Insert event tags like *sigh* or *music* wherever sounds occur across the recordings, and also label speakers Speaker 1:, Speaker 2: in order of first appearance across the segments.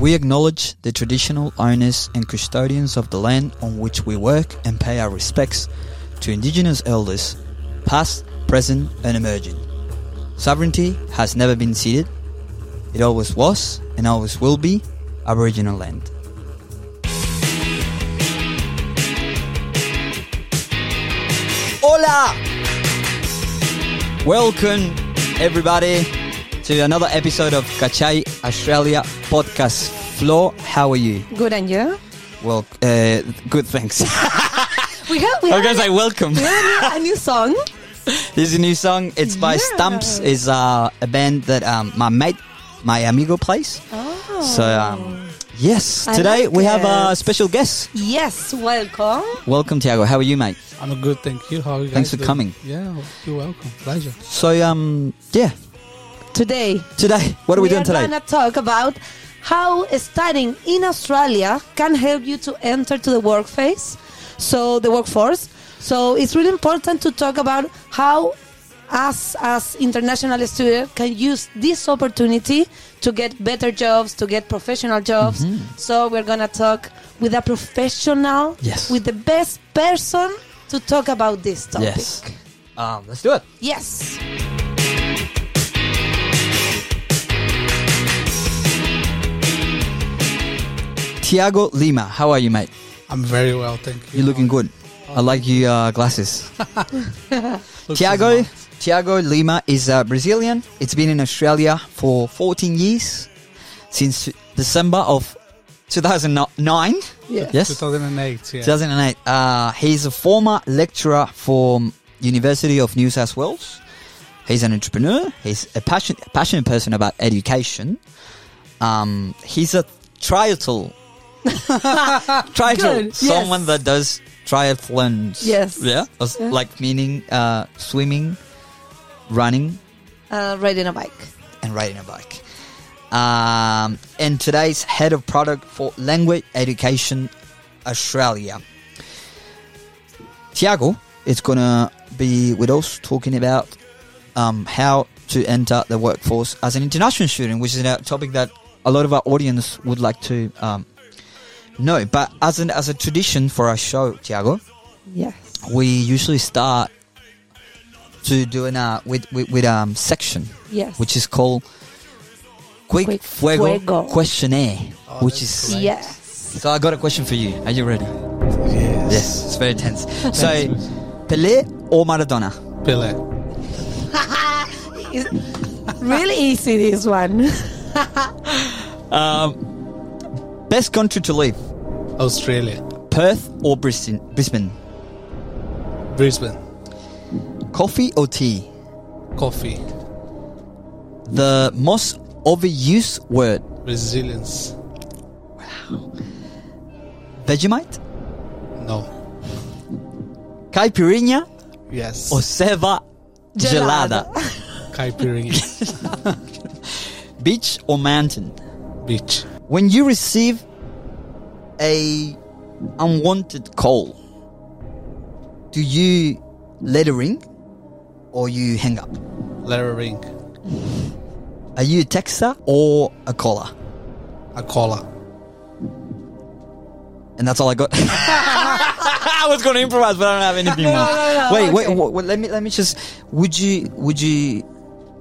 Speaker 1: We acknowledge the traditional owners and custodians of the land on which we work and pay our respects to Indigenous elders, past, present, and emerging. Sovereignty has never been ceded, it always was and always will be Aboriginal land. Hola! Welcome, everybody, to another episode of Kachai Australia podcast. Flo, how are you?
Speaker 2: Good and you?
Speaker 1: Well, uh, good, thanks. *laughs* I
Speaker 2: We have we
Speaker 1: was
Speaker 2: have
Speaker 1: gonna say welcome.
Speaker 2: a, new, a new song.
Speaker 1: This is a new song. It's by Stumps. Is uh, a band that um, my mate, my amigo plays.
Speaker 2: Oh.
Speaker 1: So um, yes,
Speaker 2: I
Speaker 1: today
Speaker 2: like
Speaker 1: we have a
Speaker 2: this.
Speaker 1: special guest.
Speaker 2: yes, welcome.
Speaker 1: Welcome, Tiago. How are you, mate?
Speaker 3: I'm good, thank you. How are you guys?
Speaker 1: Thanks for
Speaker 3: doing?
Speaker 1: coming.
Speaker 3: Yeah, you're welcome. Pleasure.
Speaker 1: So um, yeah,
Speaker 2: Today,
Speaker 1: today what are we,
Speaker 2: we
Speaker 1: doing
Speaker 2: are
Speaker 1: today?
Speaker 2: gonna talk about how studying in Australia can help you to enter to the workplace, so the workforce. So it's really important to talk about how us as international student can use this opportunity to get better jobs, to get professional jobs.
Speaker 1: Mm-hmm.
Speaker 2: So we're gonna talk with a professional,
Speaker 1: Yes.
Speaker 2: with the best person to talk about this topic.
Speaker 1: Yes. Um, let's do it.
Speaker 2: Yes.
Speaker 1: Tiago Lima, how are you, mate?
Speaker 3: I'm very well, thank you.
Speaker 1: You're looking good. I like your uh, glasses.
Speaker 3: Looks
Speaker 1: Tiago,
Speaker 3: smart.
Speaker 1: Tiago Lima is a Brazilian. It's been in Australia for 14 years, since December of 2009.
Speaker 2: Yeah.
Speaker 1: Yes,
Speaker 3: 2008. Yeah.
Speaker 1: 2008. Uh, he's a former lecturer from University of New South Wales. He's an entrepreneur. He's a passion, passionate person about education. Um, he's a
Speaker 2: *laughs*
Speaker 1: triathlete. triathlete.
Speaker 2: Good,
Speaker 1: Someone
Speaker 2: yes.
Speaker 1: that does triathlons.
Speaker 2: Yes.
Speaker 1: Yeah. As-
Speaker 2: Yeah.
Speaker 1: Like meaning uh, swimming, running,
Speaker 2: Uh, riding a bike.
Speaker 1: and riding a bike. Um, and today's head of product for Language Education Australia. Tiago is going to be with us talking about um, how to enter the workforce as an international student, which is a topic that a lot of our audience would like to um, know. But as, an, as a tradition for our show, Tiago,
Speaker 2: Yes.
Speaker 1: we usually start to doing uh, with, with, with um, section
Speaker 2: Yes.
Speaker 1: which is called Quick,
Speaker 2: Quick
Speaker 1: Fuego,
Speaker 2: Fuego.
Speaker 1: Questionnaire,
Speaker 3: Oh,
Speaker 1: which
Speaker 3: that's
Speaker 1: is.
Speaker 3: correct.
Speaker 2: yes.
Speaker 1: So I got a question for you. Are you ready?
Speaker 3: Yes.
Speaker 1: Yes, it's very
Speaker 3: *laughs*
Speaker 1: tense. so, Pelé or Maradona?
Speaker 3: Pele.
Speaker 2: It's really easy this one.
Speaker 1: Um, best country to live,
Speaker 3: Australia.
Speaker 1: Perth or Brisbane? Brisbane.
Speaker 3: Brisbane.
Speaker 1: Coffee or tea?
Speaker 3: Coffee.
Speaker 1: The most overused word,
Speaker 3: Resilience.
Speaker 1: Vegemite,
Speaker 3: No.
Speaker 1: caipirinha,
Speaker 3: Yes.
Speaker 1: or ceva gelada.
Speaker 2: Gelada.
Speaker 1: *laughs*
Speaker 3: Caipirinha.
Speaker 1: Beach or mountain?
Speaker 3: Beach.
Speaker 1: When you receive a unwanted call, do you let it ring or you hang up?
Speaker 3: Letter ring.
Speaker 1: Are you a texter or a caller?
Speaker 3: A cola.
Speaker 1: And that's all I got. *laughs* I was going to improvise, but I don't have anything *laughs* more.
Speaker 2: no, no,
Speaker 1: wait, wait,
Speaker 2: okay.
Speaker 1: wait, wait, let me let me just. Would you would you?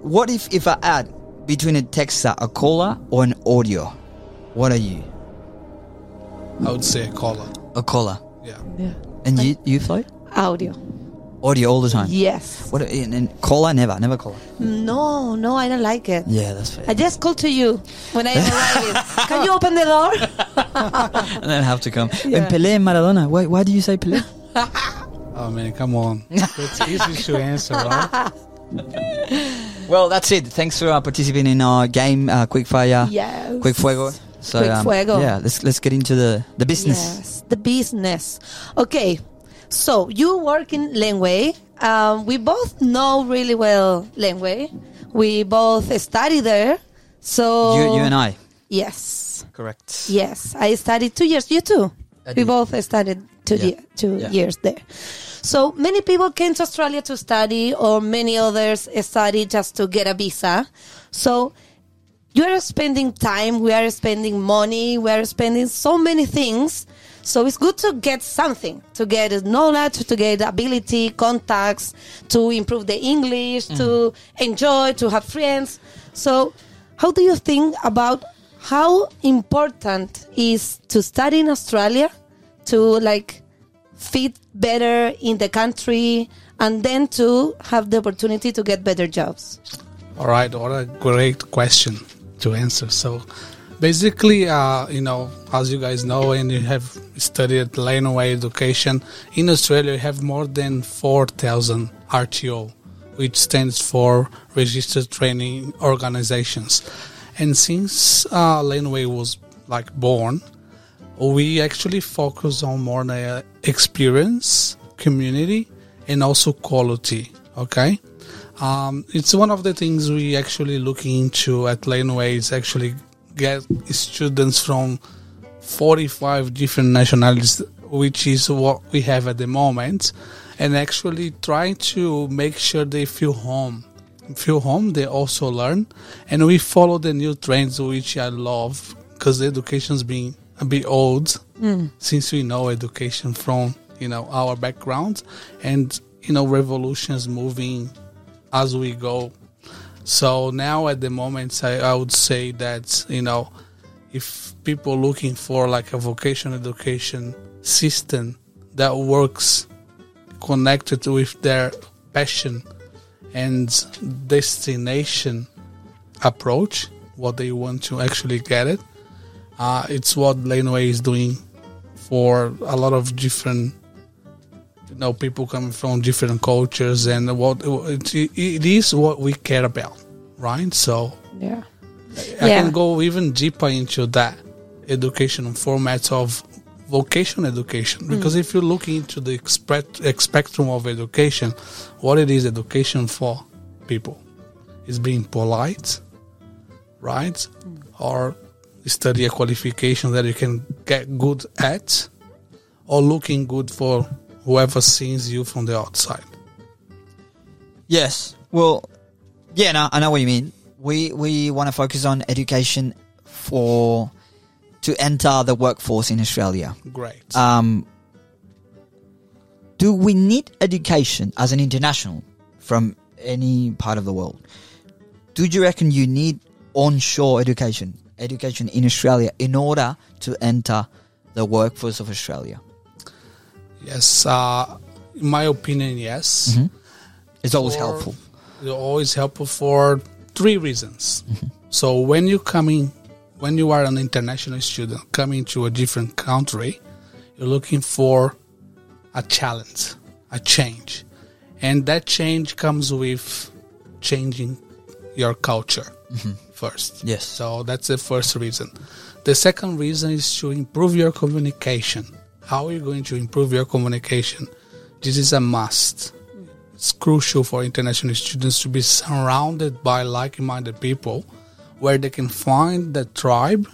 Speaker 1: What if if I add between a texter, a caller, or an audio? What are you?
Speaker 3: I would say a cola.
Speaker 1: A caller.
Speaker 3: Yeah.
Speaker 2: *laughs* Yeah.
Speaker 1: And you you flow
Speaker 2: Audio.
Speaker 1: audio all the time.
Speaker 2: Yes.
Speaker 1: What and, and caller never never caller.
Speaker 2: No, no, I don't like it.
Speaker 1: Yeah, that's fair.
Speaker 2: I just called to you
Speaker 1: *laughs*
Speaker 2: when I arrived. Can you open the door?
Speaker 1: and then have to *laughs* come.
Speaker 2: Yeah.
Speaker 1: And Pelé and Maradona. Why, why do you say Pelé?
Speaker 3: Oh man, come on. That's easy to answer, right?
Speaker 1: *laughs* well, that's it. Thanks for uh, participating in our game, uh, Quickfire,
Speaker 2: Yes.
Speaker 1: Quick Fuego. So,
Speaker 2: Quick
Speaker 1: um,
Speaker 2: Fuego.
Speaker 1: Yeah, let's let's get into the the business.
Speaker 2: Yes, the business. Okay, so you work in Lengway. Um, we both know really well Lengway. We both study there. So
Speaker 1: You you and I.
Speaker 2: Yes,
Speaker 1: Correct.
Speaker 2: yes. I studied two years. You too.
Speaker 1: I
Speaker 2: we
Speaker 1: did.
Speaker 2: both studied two
Speaker 1: Yeah.
Speaker 2: ye- two
Speaker 1: Yeah.
Speaker 2: years there. So many people came to Australia to study, or many others study just to get a visa. So you are spending time, we are spending money, we are spending so many things. So it's good to get something, to get knowledge, to get ability, contacts, to improve the English, to enjoy, to have friends. So, how do you think about how important is to study in Australia to like fit better in the country and then to have the opportunity to get better jobs?
Speaker 3: All right, what a great question to answer. So, basically, uh, you know, as you guys know, and you have studied Laneway education in Australia, we have more than four thousand RTO, which stands for Registered Training Organizations. And since uh, Laneway was like born, we actually focus on more the experience, community, and also quality. Okay. Um, it's one of the things we actually look into at Laneway is actually get students from 45 different nationalities, which is what we have at the moment, and actually try to make sure they feel home. Feel home, they also learn, and we follow the new trends, which I love because education's been a bit old since we know education from you know our background and you know revolutions moving as we go. So now at the moment, I, I would say that you know, if people looking for like a vocational education system that works connected with their passion and destination approach, what they want to actually get it, uh, it's what Laneway is doing for a lot of different you know people coming from different cultures and what it, it is what we care about right so
Speaker 2: Yeah.
Speaker 3: i
Speaker 2: Yeah.
Speaker 3: can go even deeper into that education format of vocational education because if you look into the expect, spectrum of education what it is education for people is being polite right or study a qualification that you can get good at or looking good for whoever sees you from the outside.
Speaker 1: Yes. Well, yeah, no, I know what you mean. We we want to focus on education for to enter the workforce in Australia.
Speaker 3: Great.
Speaker 1: Um, do we need education as an international from any part of the world? Do you reckon you need onshore education, education in Australia, in order to enter the workforce of Australia?
Speaker 3: yes, uh, in my opinion, yes.
Speaker 1: It's always
Speaker 3: For-
Speaker 1: helpful.
Speaker 3: They're always helpful for three
Speaker 1: *laughs*
Speaker 3: reasons. So when you coming, when you are an international student coming to a different country, you're looking for a challenge, a change, and that change comes with changing your culture
Speaker 1: Mm-hmm.
Speaker 3: first.
Speaker 1: Yes.
Speaker 3: So that's the first reason. The second reason is to improve your communication. How are you going to improve your communication? This is a must. It's crucial for international students to be surrounded by like-minded people where they can find the tribe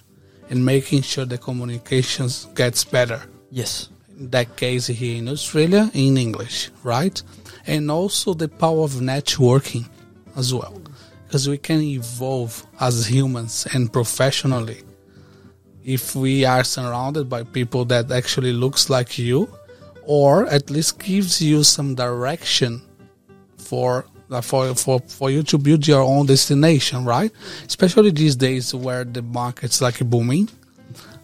Speaker 3: and making sure the communications gets better
Speaker 1: Yes.
Speaker 3: that case here in Australia in English, right? And also the power of networking as well, because we can evolve as humans and professionally if we are surrounded by people that actually looks like you or at least gives you some direction for uh, for for, for you to build your own destination right especially these days where the market's like booming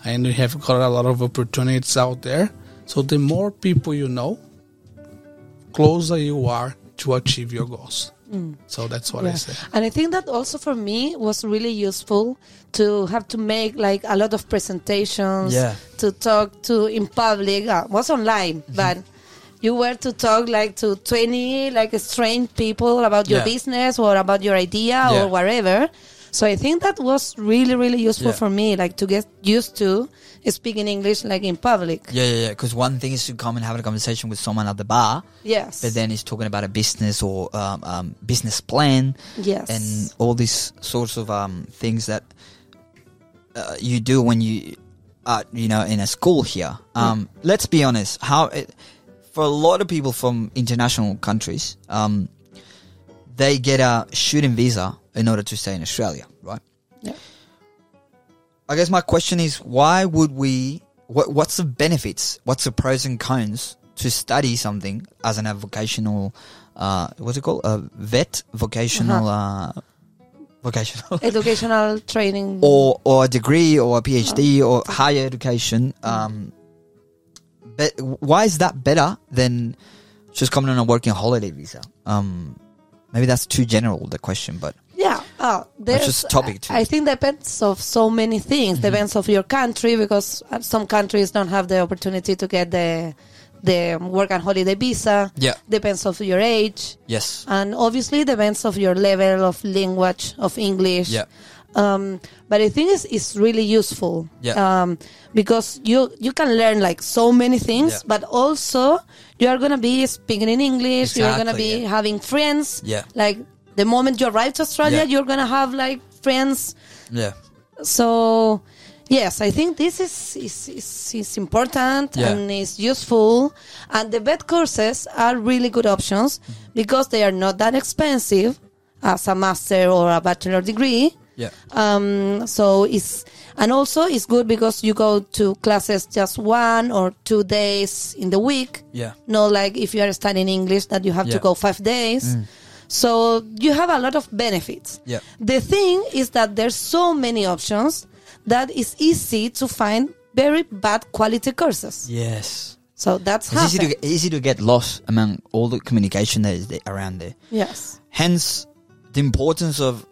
Speaker 3: and we have got a lot of opportunities out there. So the more people you know, closer you are to achieve your goals. So that's what I
Speaker 2: Yeah.
Speaker 3: say.
Speaker 2: And I think that also for me was really useful to have to make like a lot of presentations,
Speaker 1: Yeah.
Speaker 2: to talk to in public. Uh, was online,
Speaker 1: Mm-hmm.
Speaker 2: but you were to talk like to 20 like strange people about your
Speaker 3: Yeah.
Speaker 2: business or about your idea
Speaker 3: Yeah.
Speaker 2: or whatever. So I think that was really really useful
Speaker 1: Yeah.
Speaker 2: for me like to get used to speaking English like in public.
Speaker 1: Yeah, yeah, yeah. Because one thing is to come and have a conversation with someone at the bar,
Speaker 2: Yes.
Speaker 1: but then he's talking about a business or um, um, business plan
Speaker 2: yes.
Speaker 1: and all these sorts of um, things that uh, you do when you are, you know, in a school here. Um, Let's be honest. How it, for a lot of people from international countries, um, they get a shooting visa in order to stay in Australia, right?
Speaker 2: Yeah.
Speaker 1: I guess my question is why would we? What, what's the benefits? What's the pros and cons to study something as an a vocational? Uh, what's it called? A vet vocational. uh vocational.
Speaker 2: Educational training.
Speaker 1: or or a degree or a PhD or higher education. Um, but why is that better than just coming on a working holiday visa? Um, maybe that's too general the question, but
Speaker 2: Yeah, uh, there's
Speaker 1: just topic too. Mm-hmm.
Speaker 2: I think depends of so many things. Depends of your country because uh, some countries don't have the opportunity to get the the work and holiday visa.
Speaker 1: yeah,
Speaker 2: Depends of your age,
Speaker 1: yes,
Speaker 2: and obviously depends of your level of language of English.
Speaker 1: yeah,
Speaker 2: Um, but I think it's, it's really useful
Speaker 1: Yeah.
Speaker 2: um, because you you can learn like so many things,
Speaker 1: Yeah.
Speaker 2: but also you are gonna be speaking in English. You're gonna
Speaker 1: Exactly,
Speaker 2: be
Speaker 1: yeah.
Speaker 2: having friends
Speaker 1: yeah,
Speaker 2: like the moment you arrive to australia
Speaker 1: Yeah.
Speaker 2: you're gonna have like friends
Speaker 1: yeah,
Speaker 2: so yes i think this is is, is, is important
Speaker 1: Yeah.
Speaker 2: and is useful and the vet courses are really good options
Speaker 1: Mm-hmm.
Speaker 2: because they are not that expensive as a master or a bachelor degree
Speaker 1: yeah,
Speaker 2: um, so it's and also it's good because you go to classes just one or two days in the week
Speaker 1: yeah,
Speaker 2: no, like if you are studying English, that you have
Speaker 1: Yeah. Mm.
Speaker 2: to go five days. So you have a lot of benefits.
Speaker 1: yeah,
Speaker 2: The thing is that there's so many options that it's easy to find very bad quality courses.
Speaker 1: yes.
Speaker 2: So that's
Speaker 1: It's
Speaker 2: how.
Speaker 1: easy to get, easy to get lost among all the communication that is there, around there.
Speaker 2: Yes.
Speaker 1: Hence, the importance of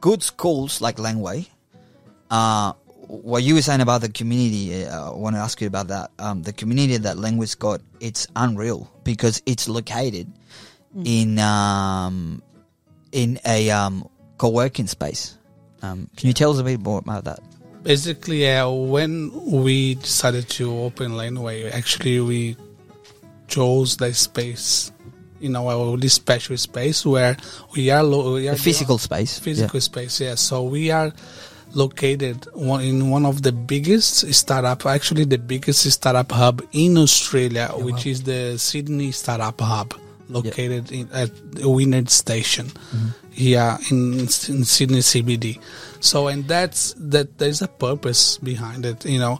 Speaker 1: good schools like Langway. Uh, what you were saying about the community, uh, I want to ask you about that. Um, the community that Langway's got, it's unreal because it's located in um, in a um, co-working space. Um, can you tell us a bit more about that?
Speaker 3: Basically, yeah, when we decided to open Laneway, actually we chose the space, you know, our this special space where we are, lo- we are
Speaker 1: The physical space.
Speaker 3: physical space. Yeah, so we are located one, in one of the biggest startup, actually the biggest startup hub in Australia, which is the Sydney Startup Hub, located in, at the Wynyard Station,
Speaker 1: Mm-hmm.
Speaker 3: here in, in Sydney CBD. So, and that's that. There's a purpose behind it, you know.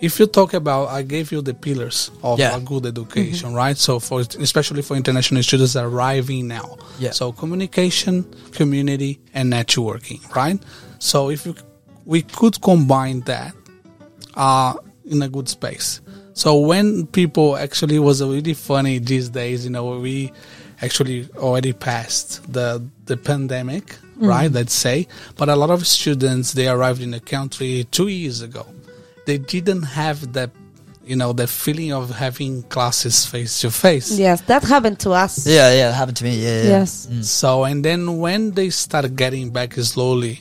Speaker 3: If you talk about, I gave you the pillars of
Speaker 1: Yeah.
Speaker 3: a good education, right? So, for especially for international students arriving now,
Speaker 1: Yeah.
Speaker 3: so communication, community, and networking, right? So if you, we could combine that uh, in a good space. So when people actually it was really funny these days, you know, we actually already passed the the pandemic, right? Let's say, but a lot of students they arrived in the country two years ago. They didn't have that, you know, the feeling of having classes face to face.
Speaker 2: Yes, that happened to us.
Speaker 1: Yeah, yeah, it happened to me. Yeah, yeah.
Speaker 2: Yes.
Speaker 3: So, and then when they start getting back slowly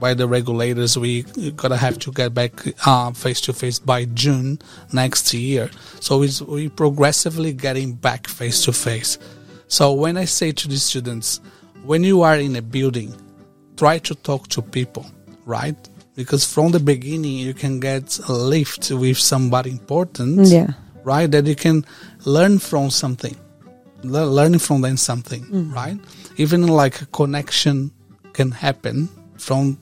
Speaker 3: by the regulators, we gotta have to get back uh, face to face by June next year. So it's, we progressively getting back face to face. So when I say to the students, when you are in a building, try to talk to people, right? Because from the beginning you can get a lift with somebody important
Speaker 2: Yeah.
Speaker 3: right? That you can learn from something, Le- learn from them something, right? Even like a connection can happen from,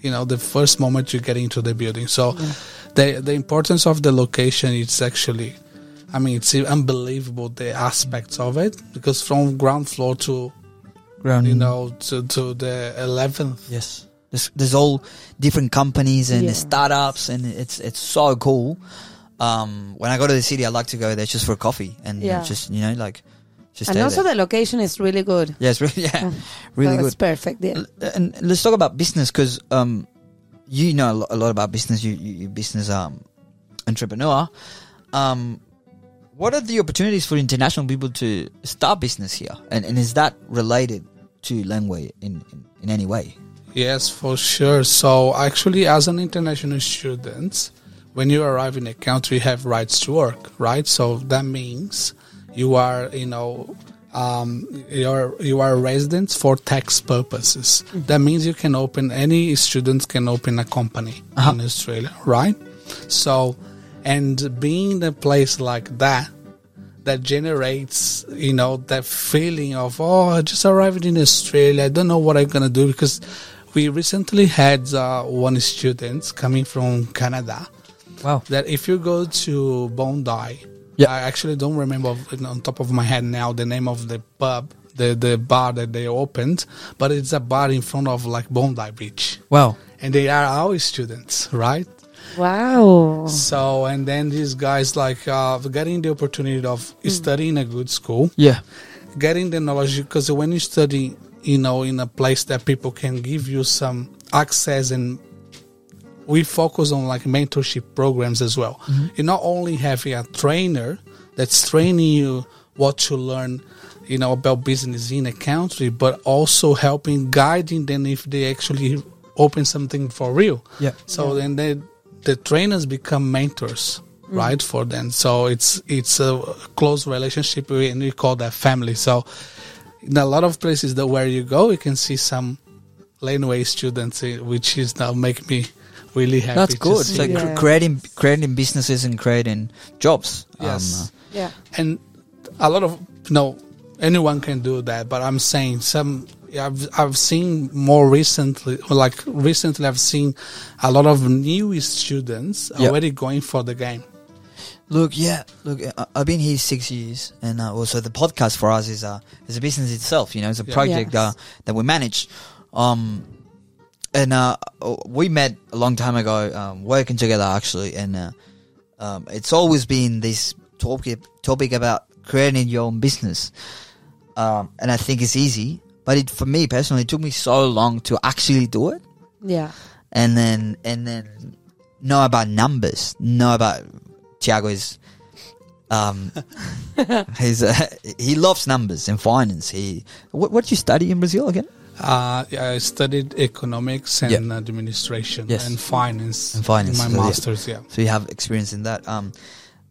Speaker 3: you know, the first moment you get into the building. So, the the importance of the location is actually, I mean, it's unbelievable the aspects of it because from ground floor to
Speaker 1: Ground,
Speaker 3: you know to to the eleventh,
Speaker 1: Yes. There's, there's all different companies and
Speaker 2: Yeah.
Speaker 1: startups, and it's it's so cool. Um, when I go to the city, I like to go there just for coffee and uh,
Speaker 2: Yeah.
Speaker 1: just you know like just
Speaker 2: And
Speaker 1: stay
Speaker 2: also
Speaker 1: there.
Speaker 2: the location is really good.
Speaker 1: yeah, it's really, *laughs* yeah, really
Speaker 2: so
Speaker 1: good.
Speaker 2: It's perfect. Yeah.
Speaker 1: L- and let's talk about business because um, you know a lo- a lot about business. You you, you business um, entrepreneur. Um, what are the opportunities for international people to start business here, and and is that related to Langway in, in in any way?
Speaker 3: Yes, for sure. So actually, as an international student, when you arrive in a country, you have rights to work, right? So that means you are, you know, um, you are you are a resident for tax purposes. That means you can open any student can open a company in Australia, right? So, and being in a place like that, that generates you know that feeling of oh i just arrived in australia i don't know what i'm gonna do because we recently had uh, one student coming from Canada.
Speaker 1: Wow.
Speaker 3: That if you go to Bondi,
Speaker 1: Yeah.
Speaker 3: I actually don't remember of- on top of my head now the name of the pub, the the bar that they opened, but it's a bar in front of like Bondi Beach,
Speaker 1: Wow.
Speaker 3: and they are our students, right?
Speaker 2: Wow.
Speaker 3: So and then these guys like uh, getting the opportunity of studying a good school,
Speaker 1: Yeah.
Speaker 3: getting the knowledge because when you study, you know, in a place that people can give you some access and we focus on like mentorship programs as well. You not only having a trainer that's training you what to learn, you know, about business in a country, but also helping guiding them if they actually open something for real.
Speaker 1: Yeah. Mm.
Speaker 3: So then they, the trainers become mentors, right, for them. So it's it's a close relationship, we- and we call that family. So in a lot of places that where you go, you can see some laneway students, eh, which is now make me really happy.
Speaker 1: That's
Speaker 3: to
Speaker 1: good.
Speaker 3: see
Speaker 1: So
Speaker 3: that.
Speaker 1: cr-
Speaker 2: Yeah.
Speaker 1: creating creating businesses and creating jobs. um,
Speaker 3: Yes.
Speaker 2: Yeah.
Speaker 1: uh,
Speaker 3: and a lot of no anyone can do that but i'm saying some I've, I've seen more recently like recently i've seen a lot of new students
Speaker 1: Yeah.
Speaker 3: already going for the game
Speaker 1: Um, look, yeah, look. I, I've been here six years, and uh, also the podcast for us is a is a business itself. You know, it's a
Speaker 3: Yeah.
Speaker 1: project
Speaker 2: Yes.
Speaker 1: uh, that we manage. Um, and uh, we met a long time ago, um, working together actually, and uh, um, it's always been this topic topic about creating your own business. Um, and I think it's easy, but it for me personally, it took me so long to actually do it.
Speaker 2: Yeah.
Speaker 1: and then and then know about numbers, know about Tiago's. Um, he's uh, he loves numbers and finance. He what what did you study in Brazil again?
Speaker 3: uh, yeah, i studied economics and administration
Speaker 1: Yes.
Speaker 3: and finance
Speaker 1: And finance,
Speaker 3: in
Speaker 1: so
Speaker 3: my
Speaker 1: yeah.
Speaker 3: masters yeah
Speaker 1: So you have experience in that. Um,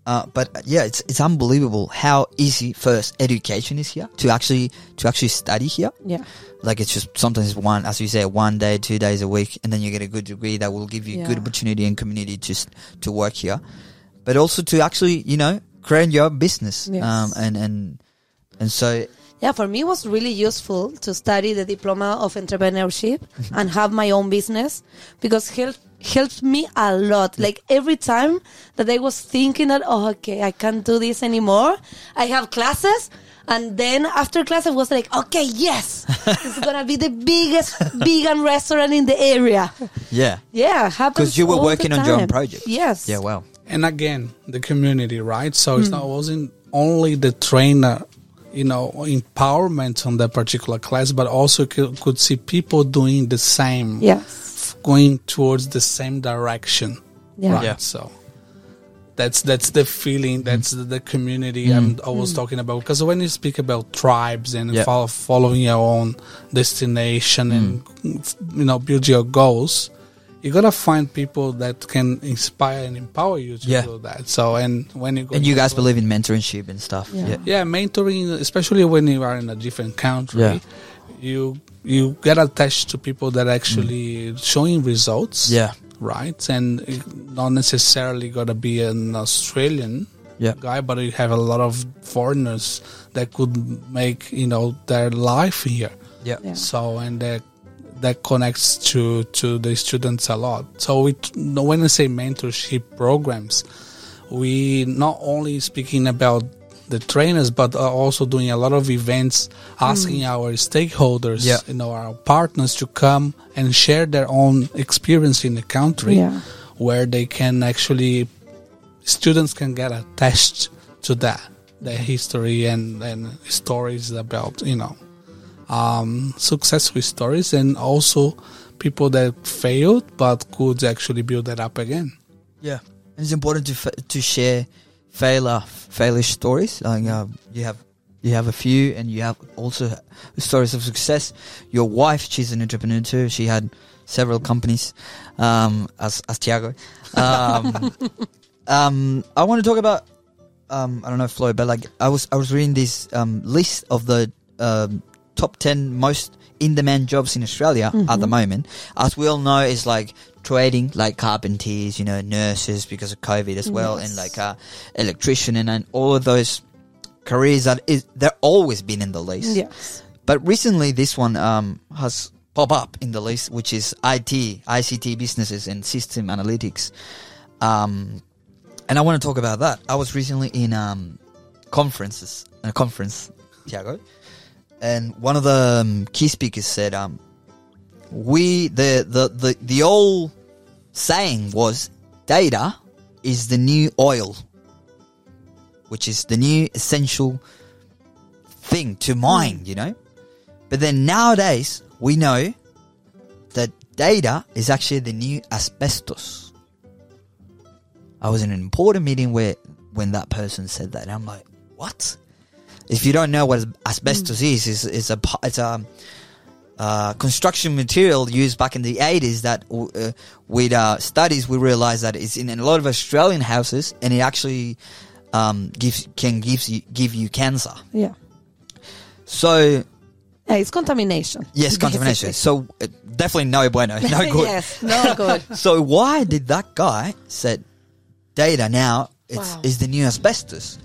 Speaker 1: uh, but uh, yeah, it's it's unbelievable how easy first education is here to actually to actually study here.
Speaker 2: Yeah.
Speaker 1: Like it's just sometimes one, as you say, one day, two days a week, and then you get a good degree that will give you good
Speaker 2: Yeah.
Speaker 1: opportunity and community to s- to work here, but also to actually you know create your business.
Speaker 2: Yes.
Speaker 1: Um, and and and so
Speaker 2: Yeah, for me it was really useful to study the diploma of entrepreneurship
Speaker 1: Mm-hmm.
Speaker 2: and have my own business because help helped me a lot. Like every time that I was thinking that oh okay, I can't do this anymore, I have classes and then after class I was like, okay,
Speaker 1: *laughs*
Speaker 2: yes, this is gonna be the biggest vegan restaurant in the area.
Speaker 1: yeah,
Speaker 2: Yeah, happens
Speaker 1: because you were
Speaker 2: all the
Speaker 1: working on your own
Speaker 2: time.
Speaker 1: project.
Speaker 2: Yes.
Speaker 1: Yeah. Wow.
Speaker 3: and again the community right so it's not wasn't only the trainer you know empowerment on that particular class but also could, could see people doing the same
Speaker 2: Yes.
Speaker 3: f- going towards the same direction
Speaker 2: Yeah.
Speaker 3: right
Speaker 1: Yeah. Mm-hmm.
Speaker 3: so that's that's the feeling that's the, the community i'm always talking about because when you speak about tribes and
Speaker 1: Yeah.
Speaker 3: fol- following your own destination
Speaker 1: Mm.
Speaker 3: and you know build your goals you gotta find people that can inspire and empower you to
Speaker 1: Yeah.
Speaker 3: do that so and when you go
Speaker 1: And you
Speaker 3: to-
Speaker 1: guys believe in mentorship and stuff.
Speaker 2: Yeah.
Speaker 1: Yeah.
Speaker 3: yeah mentoring especially when you are in a different country
Speaker 1: Yeah.
Speaker 3: you you get attached to people that actually showing results
Speaker 1: Mm. Yeah.
Speaker 3: right and it- not necessarily got to be an australian
Speaker 1: Yeah.
Speaker 3: guy but you have a lot of foreigners that could make you know their life here
Speaker 1: Yeah.
Speaker 2: Yeah.
Speaker 3: so and that that connects to to the students a lot so we no, when i say mentorship programs we not only speaking about the trainers but are also doing a lot of events asking our stakeholders
Speaker 1: Yeah.
Speaker 3: you know our partners to come and share their own experience in the country
Speaker 2: Yeah.
Speaker 3: where they can actually students can get attached to that their history and and stories about you know um successful stories and also people that failed but could actually build that up again
Speaker 1: Yeah, and it's important to f- to share failure failure stories. Like uh, you have you have a few, and you have also stories of success. Your wife, she's an entrepreneur too. She had several companies, um, as as Tiago. Um, um, I want to talk about. Um, I don't know Floyd, but like I was I was reading this um, list of the um, top ten most in demand jobs in Australia at the moment. As we all know, is like trading, like carpenters, you know, nurses because of COVID as well, and
Speaker 2: Yes.
Speaker 1: like uh, electrician and, and all of those careers that is they're always been in the list.
Speaker 2: Yes.
Speaker 1: But recently, this one um, has pop up in the list, which is IT, ICT businesses, and system analytics. Um, and I want to talk about that. I was recently in um, conferences, a conference, Tiago, and one of the um, key speakers said, um, "We the the the the old saying was, data is the new oil, which is the new essential thing to mine. You know, but then nowadays we know that data is actually the new asbestos." I was in an important meeting where when that person said that, and I'm like, what? If you don't know what asbestos is, is it's a pa- it's a uh, construction material used back in the 80s that uh, with uh, studies we realized that it's in a lot of Australian houses and it actually um, gives can gives you give you cancer.
Speaker 2: Yeah.
Speaker 1: So
Speaker 2: Yeah, it's contamination.
Speaker 1: yes, contamination.
Speaker 2: Basically.
Speaker 1: So uh, definitely no bueno, *laughs*
Speaker 2: *laughs*
Speaker 1: no good.
Speaker 2: yes, no good.
Speaker 1: So why did that guy said data now it's,
Speaker 2: Wow.
Speaker 1: is the new asbestos?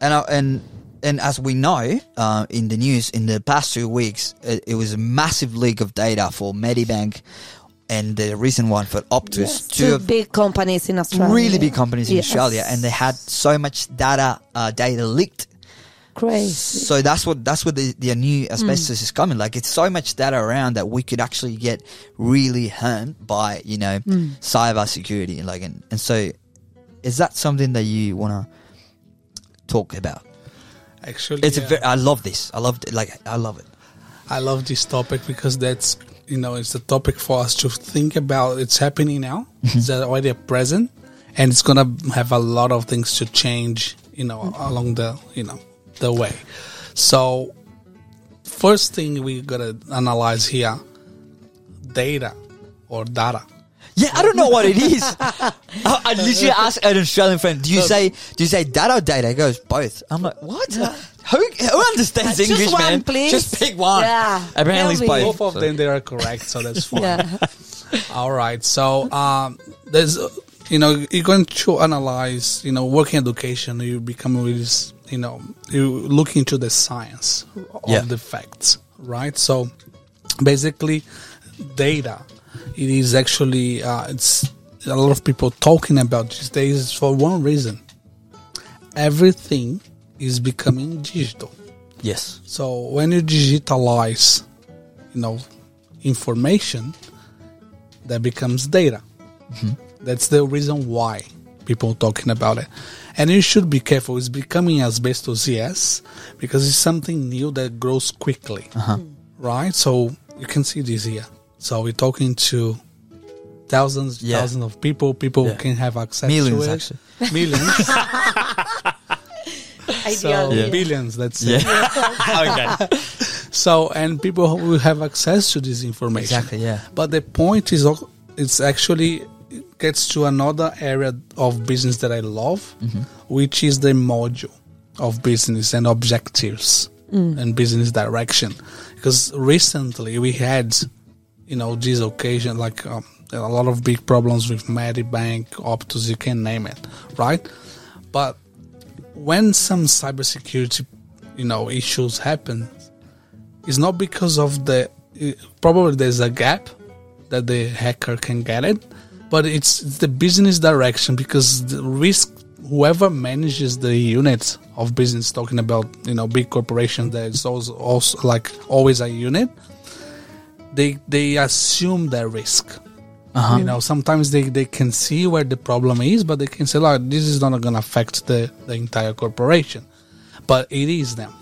Speaker 1: And I, and and as we know uh, in the news in the past two weeks, uh, it, it was a massive leak of data for Medibank and the recent one for Optus. Two
Speaker 2: Two
Speaker 1: of
Speaker 2: big companies in Australia.
Speaker 1: really big companies in
Speaker 2: Yes.
Speaker 1: Australia, and they had so much data uh, data leaked.
Speaker 2: Crazy.
Speaker 1: So that's what that's what the, the new
Speaker 2: Mm.
Speaker 1: asbestos is coming. Like it's so much data around that we could actually get really harmed by you know
Speaker 2: Mm.
Speaker 1: cyber security. Like and, and so is that something that you want to talk about?
Speaker 3: Actually,
Speaker 1: It's
Speaker 3: yeah.
Speaker 1: a very, I love this. I love it. Like I love it.
Speaker 3: I love this topic because that's you know it's a topic for us to think about. It's happening now. It's already present, and it's gonna have a lot of things to change. You know, along the you know the way. So, first thing we gotta analyze here: data or data.
Speaker 1: Yeah, I don't know what it
Speaker 2: *laughs*
Speaker 1: is. I, I literally asked an Australian friend, "Do you say do you say dad or data?" He goes, "Both." I'm like, "What? Who, who understands
Speaker 2: Just
Speaker 1: English,
Speaker 2: one,
Speaker 1: man?
Speaker 2: please.
Speaker 1: Just pick one."
Speaker 2: Yeah.
Speaker 1: Apparently, it's
Speaker 2: Tell me.
Speaker 1: both.
Speaker 3: Both of
Speaker 1: So-
Speaker 3: them they are correct, so that's
Speaker 1: *laughs*
Speaker 3: fine.
Speaker 2: Yeah. *laughs*
Speaker 3: All right. So um, there's, uh, you know, you're going to analyze, you know, working education. You become really, s- you know, you look into the science of
Speaker 1: Yeah.
Speaker 3: the facts, right? So basically, data. It is actually uh, it's a lot of people talking about these days for one reason. Everything is becoming digital.
Speaker 1: Yes.
Speaker 3: So when you digitalize, you know, information, that becomes data.
Speaker 1: Mm-hmm.
Speaker 3: That's the reason why people talking about it. And you should be careful. It's becoming asbestos, yes, because it's something new that grows quickly,
Speaker 1: Uh-huh.
Speaker 3: right? So you can see this here. So we're talking to thousands,
Speaker 1: Yeah.
Speaker 3: thousands of people. People
Speaker 1: Yeah.
Speaker 3: can have access
Speaker 1: Millions,
Speaker 3: to it.
Speaker 1: actually.
Speaker 3: Millions, so
Speaker 2: Ideally.
Speaker 3: billions. That's it. *laughs*
Speaker 1: Yeah. okay.
Speaker 3: So, and people who will have access to this information.
Speaker 1: Exactly, yeah.
Speaker 3: But the point is, al- it's actually it gets to another area of business that I love,
Speaker 1: Mm-hmm.
Speaker 3: which is the module of business and objectives and business direction. Because recently we had, you know, this occasion like um, a lot of big problems with Medibank, Optus, you can name it, right? But when some cybersecurity, you know, issues happen, it's not because of the probably there's a gap that the hacker can get it but it's, it's the business direction because the risk whoever manages the unit of business talking about you know big corporations there's also, also like always a unit they they assume the risk you know sometimes they, they can see where the problem is but they can say like this is not going to affect the, the entire corporation but it is them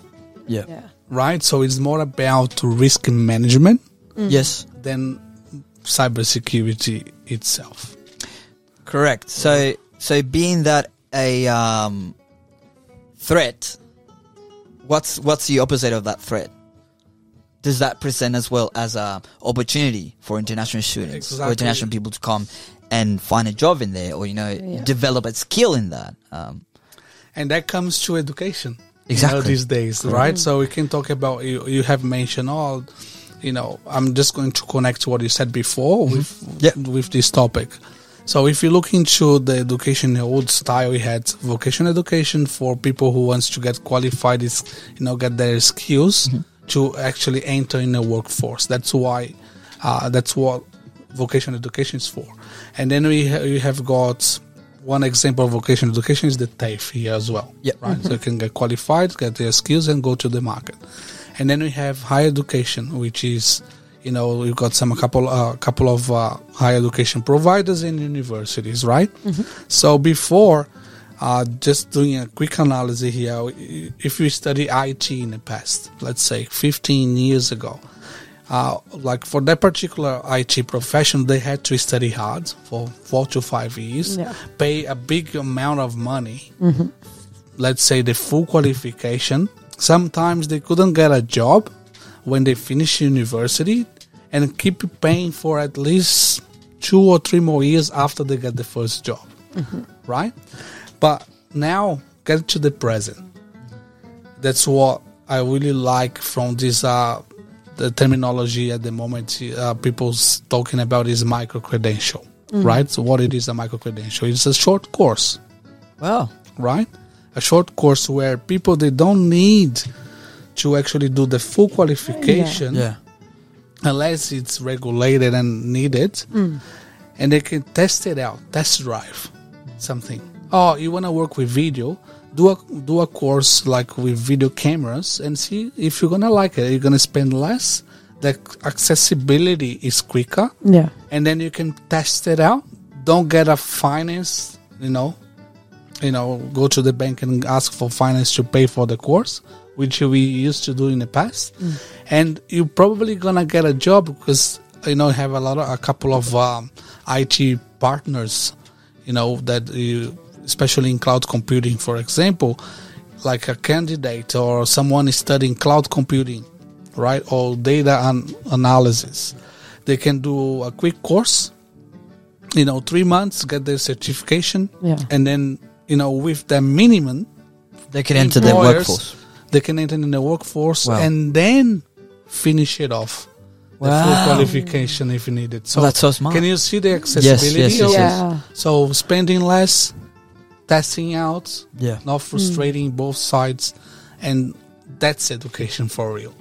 Speaker 1: Yeah.
Speaker 2: Yeah.
Speaker 3: right? So it's more about risk management
Speaker 1: Mm. Yes.
Speaker 3: than cybersecurity itself.
Speaker 1: Correct. So so being that a um, threat, what's what's the opposite of that threat? Does that present as well as a opportunity for international students or
Speaker 3: Exactly.
Speaker 1: international people to come and find a job in there, or you know, develop a skill in that? Um,
Speaker 3: And that comes to education.
Speaker 1: Exactly.
Speaker 3: You know, these days, right? So we can talk about, you, you have mentioned, all. you know, I'm just going to connect to what you said before with,
Speaker 1: Mm-hmm. Yeah.
Speaker 3: with this topic. So if you look into the education the old style, we had vocational education for people who wants to get qualified,
Speaker 1: Mm-hmm.
Speaker 3: is you know, get their skills to actually enter in the workforce. That's why Uh, that's what vocational education is for. And then we ha- we have got one example of vocational education is the TAFE here E as well.
Speaker 1: Yeah.
Speaker 3: right. So you can get qualified, get your skills, and go to the market. And then we have higher education, which is you know we've got some a couple a couple of uh, higher education providers in universities, right? So before. Uh, just doing a quick analysis here. If you study IT in the past, let's say 15 years ago, uh, like for that particular IT profession, they had to study hard for four to five years,
Speaker 2: Yeah.
Speaker 3: pay a big amount of money. Let's say the full qualification. Sometimes they couldn't get a job when they finish university, and keep paying for at least two or three more years after they get the first job, right? But now get to the present that's what I really like from this uh, the terminology at the moment. Uh, people's talking about is micro credential, right? So what it is a micro credential? It's a short course,
Speaker 1: Wow.
Speaker 3: right? A short course where people they don't need to actually do the full qualification
Speaker 1: Yeah.
Speaker 3: unless it's regulated and needed,
Speaker 1: Mm.
Speaker 3: and they can test it out, test drive something. Oh, you want to work with video? Do a do a course like with video cameras and see if you're gonna like it. You're gonna spend less. The accessibility is quicker,
Speaker 2: Yeah.
Speaker 3: and then you can test it out. Don't get a finance, you know, you know, go to the bank and ask for finance to pay for the course, which we used to do in the past. And you're probably gonna get a job because you know have a lot of a couple of um, IT partners, you know, that you, especially in cloud computing, for example, like a candidate or someone is studying cloud computing, right, or data an- analysis. They can do a quick course you know three months get their certification
Speaker 2: Yeah.
Speaker 3: and then you know with the minimum
Speaker 1: They can enter the
Speaker 3: employers,
Speaker 1: workforce.
Speaker 3: they can enter in the workforce
Speaker 1: Wow.
Speaker 3: and then finish it off the full
Speaker 1: Wow.
Speaker 3: qualification if needed so
Speaker 1: Oh, that's so smart.
Speaker 3: can you see the accessibility
Speaker 1: yes,
Speaker 3: of-
Speaker 1: yes.
Speaker 2: Yeah.
Speaker 3: so spending less testing out
Speaker 1: Yeah.
Speaker 3: not
Speaker 2: Hmm.
Speaker 3: frustrating both sides and that's education for real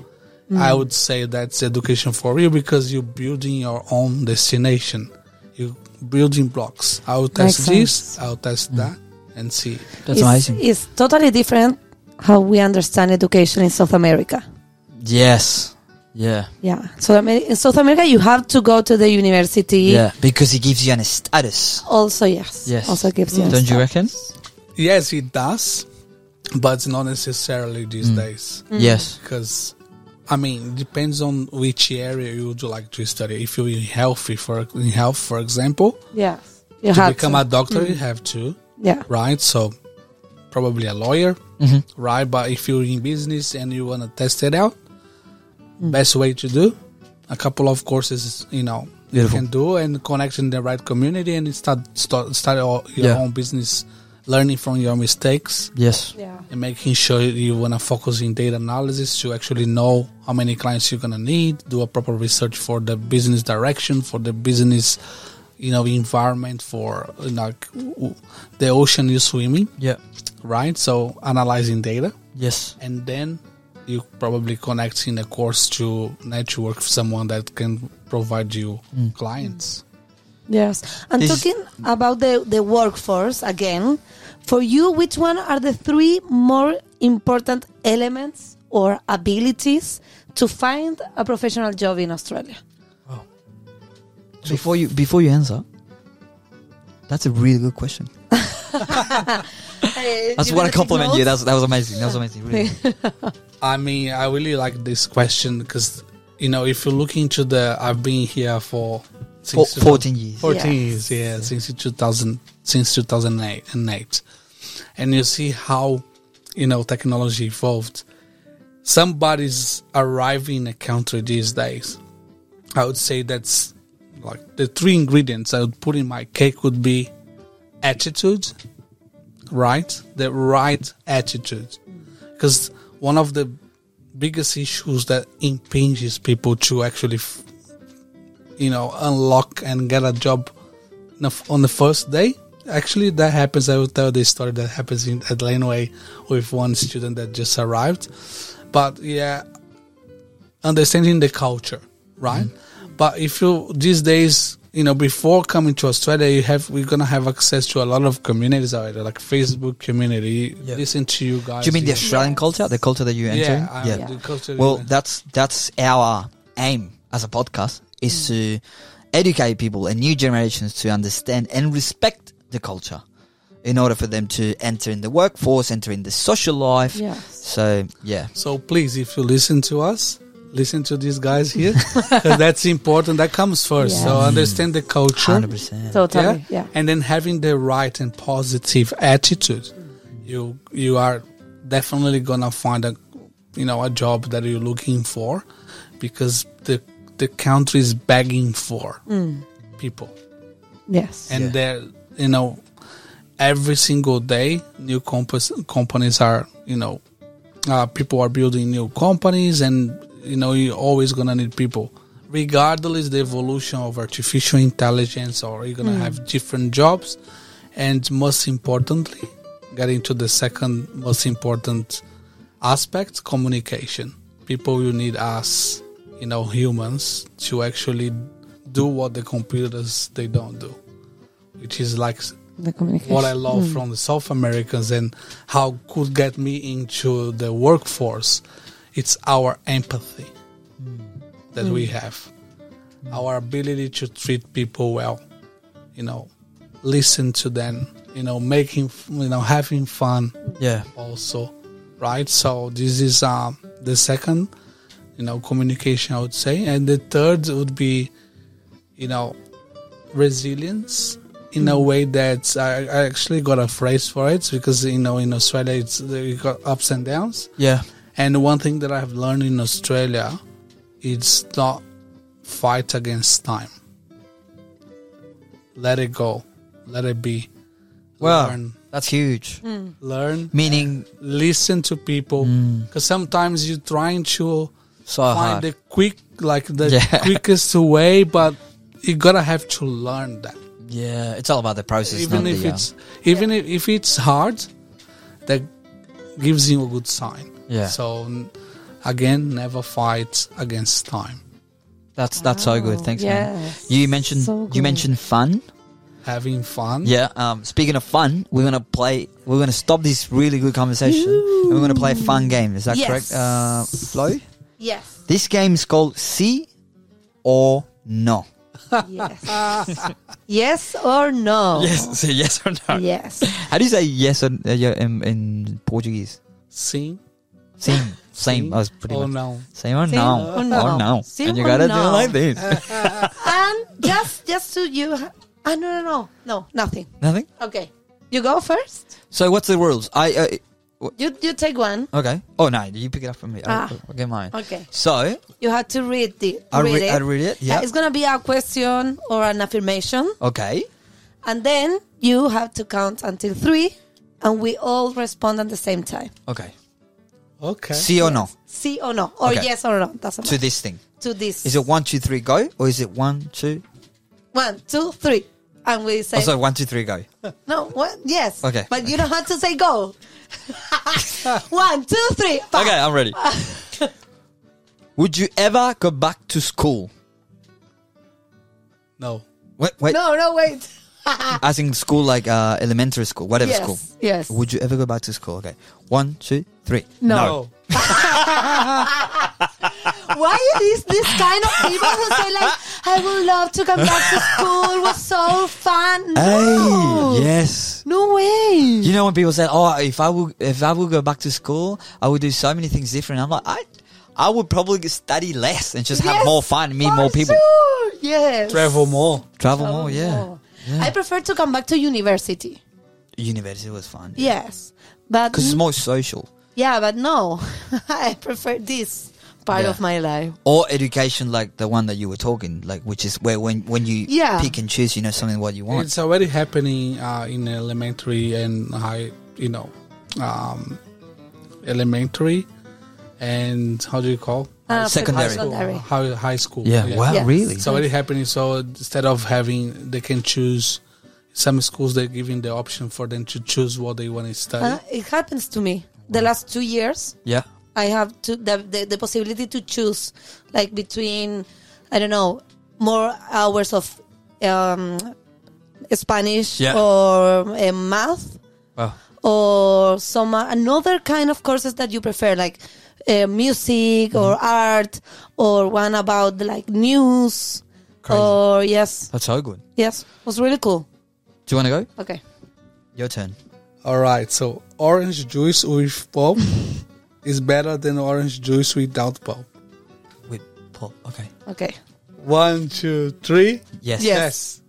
Speaker 2: Hmm.
Speaker 3: i would say that's education for real because you're building your own destination you're building blocks i'll
Speaker 2: Makes
Speaker 3: test this
Speaker 2: sense.
Speaker 3: i'll test that and see
Speaker 1: That's
Speaker 2: it's,
Speaker 1: amazing.
Speaker 2: It's totally different how we understand education in South America.
Speaker 1: Yes. Yeah.
Speaker 2: Yeah. So I mean, in South America, you have to go to the university.
Speaker 1: Yeah. Because it gives you an status.
Speaker 2: Also, yes.
Speaker 1: Yes.
Speaker 2: Also gives you. a
Speaker 1: Don't you
Speaker 2: start.
Speaker 1: reckon?
Speaker 3: yes it does but not necessarily these days
Speaker 1: Yes.
Speaker 3: because I mean, it depends on which area you would like to study. If you're in healthy, for in health, for example,
Speaker 2: Yeah. You
Speaker 3: to
Speaker 2: have
Speaker 3: become
Speaker 2: to. Hmm.
Speaker 3: a doctor, you have to.
Speaker 2: yeah.
Speaker 3: right? So probably a lawyer,
Speaker 1: Mm-hmm.
Speaker 3: right? But if you're in business and you want to test it out, best way to do a couple of courses, you know,
Speaker 1: Beautiful.
Speaker 3: you can do and connect in the right community and start start, start your your
Speaker 1: Yeah.
Speaker 3: own business, learning from your mistakes
Speaker 1: Yes.
Speaker 2: Yeah.
Speaker 3: and making sure you want to focus in data analysis to actually know how many clients you're going to need do a proper research for the business direction for the business you know environment for you know, like w- the ocean you're swimming
Speaker 1: Yeah.
Speaker 3: right so analyzing data
Speaker 1: Yes.
Speaker 3: and then you probably connect in a course to network with someone that can provide you clients
Speaker 2: Yes. And
Speaker 1: This-
Speaker 2: talking about the, the workforce again, for you, which one are the three more important elements or abilities to find a professional job in Australia?
Speaker 1: Before you before you answer, that's a really good question. That's what I compliment you. That's that was amazing. That was amazing. *laughs* Really.
Speaker 3: I mean, I really like this question because you know, if you look into the, I've been here for
Speaker 1: Four-
Speaker 3: since
Speaker 1: 14 years.
Speaker 3: 14
Speaker 2: Yes.
Speaker 3: years, yeah, since 2000, since 2008, and eight, and you see how you know technology evolved. Somebody's arriving in a country these days. I would say that's like the three ingredients I would put in my cake would be attitude, right? The right attitude. Because one of the biggest issues that impinges people to actually, f- you know, unlock and get a job in the f- on the first day. Actually, that happens. I will tell this story that happens in at Laneway with one student that just arrived. But yeah, understanding the culture, right?
Speaker 1: Mm-hmm.
Speaker 3: But if you these days, you know, before coming to Australia, you have we're gonna have access to a lot of communities already, like Facebook community.
Speaker 1: Yeah.
Speaker 3: Listen to you guys.
Speaker 1: Do you mean the
Speaker 3: know.
Speaker 1: Australian culture, the culture that you enter?
Speaker 3: Yeah,
Speaker 1: in?
Speaker 3: I-
Speaker 1: yeah.
Speaker 3: the culture-
Speaker 1: Well, that's that's our aim as a podcast is to educate people and new generations to understand and respect the culture in order for them to enter in the workforce, enter in the social life.
Speaker 2: Yes.
Speaker 1: So yeah,
Speaker 3: So please, if you listen to us, listen to these guys
Speaker 1: *laughs*
Speaker 3: here, 'cause that's important. That comes first. So
Speaker 2: Yes.
Speaker 3: understand the culture,
Speaker 1: hundred percent.
Speaker 2: Totally. Yeah.
Speaker 3: and then having the right and positive attitude. You you are definitely gonna find a you know a job that you're looking for, because the the country is begging for
Speaker 1: Mm.
Speaker 3: people,
Speaker 2: Yes.
Speaker 3: and
Speaker 1: Yeah.
Speaker 3: they're you know every single day new compas companies are you know uh, people are building new companies and you know you're always gonna need people regardless the evolution of artificial intelligence or you're gonna have different jobs and most importantly getting to the second most important aspect communication people you need us you know humans to actually do what the computers they don't do which is like
Speaker 2: the communication.
Speaker 3: what I love from the South Americans and how could get me into the workforce. It's our empathy
Speaker 1: Mm.
Speaker 3: that we have, our ability to treat people well, you know, listen to them, you know, making, f- you know, having fun
Speaker 1: Yeah,
Speaker 3: also, right? So this is um, the second, you know, communication I would say, and the third would be, you know, resilience in a way that I, I actually got a phrase for it because you know in Australia it's you got ups and downs,
Speaker 1: yeah,
Speaker 3: and one thing that I've learned in Australia, it's not fight against time. Let it go, let it be.
Speaker 1: Wow.
Speaker 3: Learn,
Speaker 1: that's huge.
Speaker 2: Mm.
Speaker 3: learn,
Speaker 1: Meaning
Speaker 3: listen to people
Speaker 1: Mm.
Speaker 3: because sometimes you're trying to
Speaker 1: so
Speaker 3: find
Speaker 1: hard.
Speaker 3: the quick like the
Speaker 1: Uh-huh. Yeah. *laughs*
Speaker 3: quickest way but you gotta have to learn that
Speaker 1: yeah, it's all about the process.
Speaker 3: even
Speaker 1: not
Speaker 3: if
Speaker 1: the, uh,
Speaker 3: it's even if, if it's hard that gives you a good sign
Speaker 1: um, Yeah.
Speaker 3: so n- again never fight against time
Speaker 1: that's that's so good.
Speaker 2: Wow.
Speaker 1: Thanks, man.
Speaker 2: Yes.
Speaker 1: You mentioned
Speaker 2: So
Speaker 1: you
Speaker 2: good.
Speaker 1: mentioned fun.
Speaker 3: Mm-hmm. having fun
Speaker 1: Yeah. Um, speaking of fun, we're gonna play. We're gonna stop this really good conversation. And we're gonna play a fun game. Is that
Speaker 2: Yes.
Speaker 1: correct, uh, Flo? *laughs*
Speaker 2: Yes.
Speaker 1: This game is called See or No.
Speaker 2: yes. *laughs* yes or no?
Speaker 1: Yes. Say yes or no.
Speaker 2: Yes.
Speaker 1: *laughs* How do you say yes or, uh, yeah, in, in Portuguese?
Speaker 3: sing
Speaker 1: Same. Same. I was pretty
Speaker 3: oh
Speaker 1: much.
Speaker 3: no
Speaker 1: Same or
Speaker 2: Same
Speaker 1: no?
Speaker 2: or no.
Speaker 1: Or no.
Speaker 2: Same
Speaker 1: and you
Speaker 2: or
Speaker 1: gotta do it
Speaker 2: no.
Speaker 1: like this.
Speaker 2: and just just to you. Ah no no no no nothing.
Speaker 1: *laughs* Nothing.
Speaker 2: Okay. You go first.
Speaker 1: So what's the rules? I.
Speaker 2: You you take one.
Speaker 1: Uh, okay. Oh no, you pick it up from me.
Speaker 2: Ah.
Speaker 1: I'll, I'll get mine.
Speaker 2: Okay.
Speaker 1: So
Speaker 2: You have to read the
Speaker 1: I
Speaker 2: read
Speaker 1: re-
Speaker 2: it.
Speaker 1: I read it.
Speaker 2: Uh,
Speaker 1: Yeah.
Speaker 2: it's gonna be a question or an affirmation,
Speaker 1: Okay.
Speaker 2: and then you have to count until three, and we all respond at the same time.
Speaker 1: Okay.
Speaker 3: okay
Speaker 1: See or no
Speaker 2: See or no, or
Speaker 1: Okay.
Speaker 2: yes or no. Doesn't
Speaker 1: to
Speaker 2: matter.
Speaker 1: this thing.
Speaker 2: To this.
Speaker 1: Is it one, two, three, go, or is it one, two?
Speaker 2: one, two, three? And we say
Speaker 1: Oh, sorry, one, two, three, go.
Speaker 2: no. What? Yes.
Speaker 1: Okay.
Speaker 2: But you don't have to say go. one, two, three.
Speaker 1: *laughs*
Speaker 2: pa.
Speaker 1: Okay, I'm ready.
Speaker 2: Ah.
Speaker 1: *laughs* Would you ever go back to school?
Speaker 3: no
Speaker 1: Wait, wait.
Speaker 2: No, no, wait.
Speaker 1: As in school, like uh, elementary school, whatever
Speaker 2: yes.
Speaker 1: school.
Speaker 2: Yes.
Speaker 1: Would you ever go back to school? Okay. One, two, three.
Speaker 3: no
Speaker 2: Why is this kind of people who say like, I would love to come back to school. It was so fun. No.
Speaker 1: Hey, yes.
Speaker 2: No way.
Speaker 1: You know when people say, "Oh, if I would, if I would go back to school, I would do so many things different." I'm like, I, I would probably study less and just have
Speaker 2: Yes,
Speaker 1: more fun, meet
Speaker 2: for
Speaker 1: more people,
Speaker 2: Sure. Yes.
Speaker 3: travel more
Speaker 1: travel
Speaker 2: Travel
Speaker 1: more. Yeah.
Speaker 2: more. I prefer to come back to university.
Speaker 1: university was fun.
Speaker 2: Yes. But
Speaker 1: because it's more social.
Speaker 2: yeah, but no. *laughs* I prefer this part
Speaker 1: Yeah.
Speaker 2: of my life.
Speaker 1: or education like the one that you were talking like which is where when when you
Speaker 2: Yeah.
Speaker 1: pick and choose you know something what you want
Speaker 3: It's already happening uh, in elementary and high, you know, um, elementary and how do you call
Speaker 2: Uh,
Speaker 1: Secondary.
Speaker 2: prefer
Speaker 3: School,
Speaker 2: secondary.
Speaker 3: high, high school?
Speaker 1: yeah, wow
Speaker 2: Yes.
Speaker 1: really
Speaker 3: It's already happening. So instead of having, they can choose. Some schools they're giving the option for them to choose what they want to study.
Speaker 2: Uh, it happens to me. The last two years,
Speaker 1: yeah
Speaker 2: I have to the, the, the possibility to choose like between I don't know more hours of um, Spanish
Speaker 1: Yeah.
Speaker 2: or uh, math
Speaker 1: Wow.
Speaker 2: or some another kind of courses that you prefer, like uh, music
Speaker 1: Mm-hmm.
Speaker 2: or art or one about like news.
Speaker 1: Crazy.
Speaker 2: Or yes,
Speaker 1: That's so good.
Speaker 2: yes, it was really cool.
Speaker 1: Do you want to go?
Speaker 2: Okay,
Speaker 1: Your turn.
Speaker 3: All right, so orange juice with pulp is better than orange juice without pulp.
Speaker 1: With Paul. Okay.
Speaker 2: okay,
Speaker 3: One, two, three.
Speaker 1: Yes.
Speaker 2: Yes.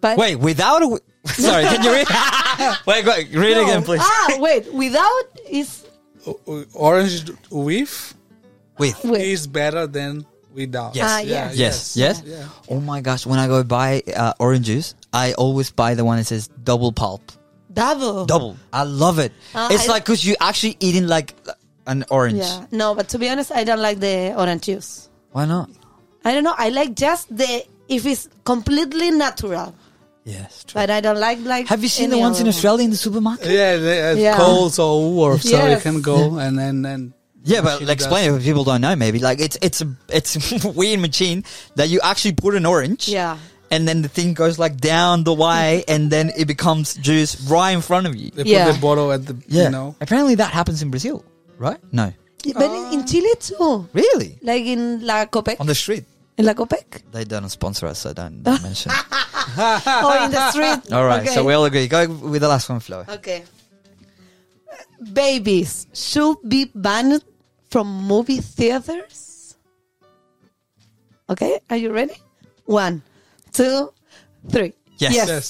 Speaker 2: but
Speaker 1: Wait, without a. Wi- *laughs* Sorry, can you read? *laughs* wait, go, read
Speaker 2: No.
Speaker 1: again, please.
Speaker 2: Ah, wait, without is
Speaker 3: O- o- Orange d- with
Speaker 1: With.
Speaker 2: with.
Speaker 3: is better than without.
Speaker 1: Yes.
Speaker 2: Ah,
Speaker 3: Yeah,
Speaker 2: yes.
Speaker 1: Yes. Yes.
Speaker 3: Yeah.
Speaker 1: Oh my gosh! When I go buy uh, orange juice, I always buy the one that says double pulp.
Speaker 2: double.
Speaker 1: Double. I love it.
Speaker 2: Uh,
Speaker 1: it's
Speaker 2: I-
Speaker 1: like because you're actually eating like an orange.
Speaker 2: Yeah, no, but to be honest, I don't like the orange juice.
Speaker 1: Why not?
Speaker 2: I don't know. I like just the if it's completely natural,
Speaker 1: Yes. True.
Speaker 2: but I don't like like.
Speaker 1: Have you seen the
Speaker 2: any
Speaker 1: ones in
Speaker 2: other one.
Speaker 1: Australia in the supermarket?
Speaker 3: Uh, Yeah, they have
Speaker 2: Yeah.
Speaker 3: Coles or Woolworths, so you
Speaker 2: Yes.
Speaker 3: can go and then and
Speaker 1: Yeah, but
Speaker 3: machine
Speaker 1: like, explain it if people don't know. Maybe like it's it's a it's *laughs* a weird machine that you actually put an orange.
Speaker 2: Yeah.
Speaker 1: And then the thing goes like down the
Speaker 2: *laughs*
Speaker 1: way, and then it becomes juice right in front of you.
Speaker 3: They
Speaker 2: Yeah.
Speaker 3: put the bottle at the
Speaker 1: Yeah.
Speaker 3: you know.
Speaker 1: Apparently that happens in Brazil, right? No.
Speaker 2: But in- in Chile too,
Speaker 1: Really?
Speaker 2: like in La Copec,
Speaker 1: On the street.
Speaker 2: in La Copec,
Speaker 1: They don't sponsor us, so
Speaker 2: *laughs*
Speaker 1: don't, don't mention. it.
Speaker 2: or in the street.
Speaker 1: All right, so
Speaker 2: Okay.
Speaker 1: we all agree. Go with the last one,
Speaker 2: *laughs*
Speaker 1: Flo.
Speaker 2: Okay. Babies should be banned from movie theaters. Okay, are you ready? One, two, three.
Speaker 1: Yes.
Speaker 3: Yes.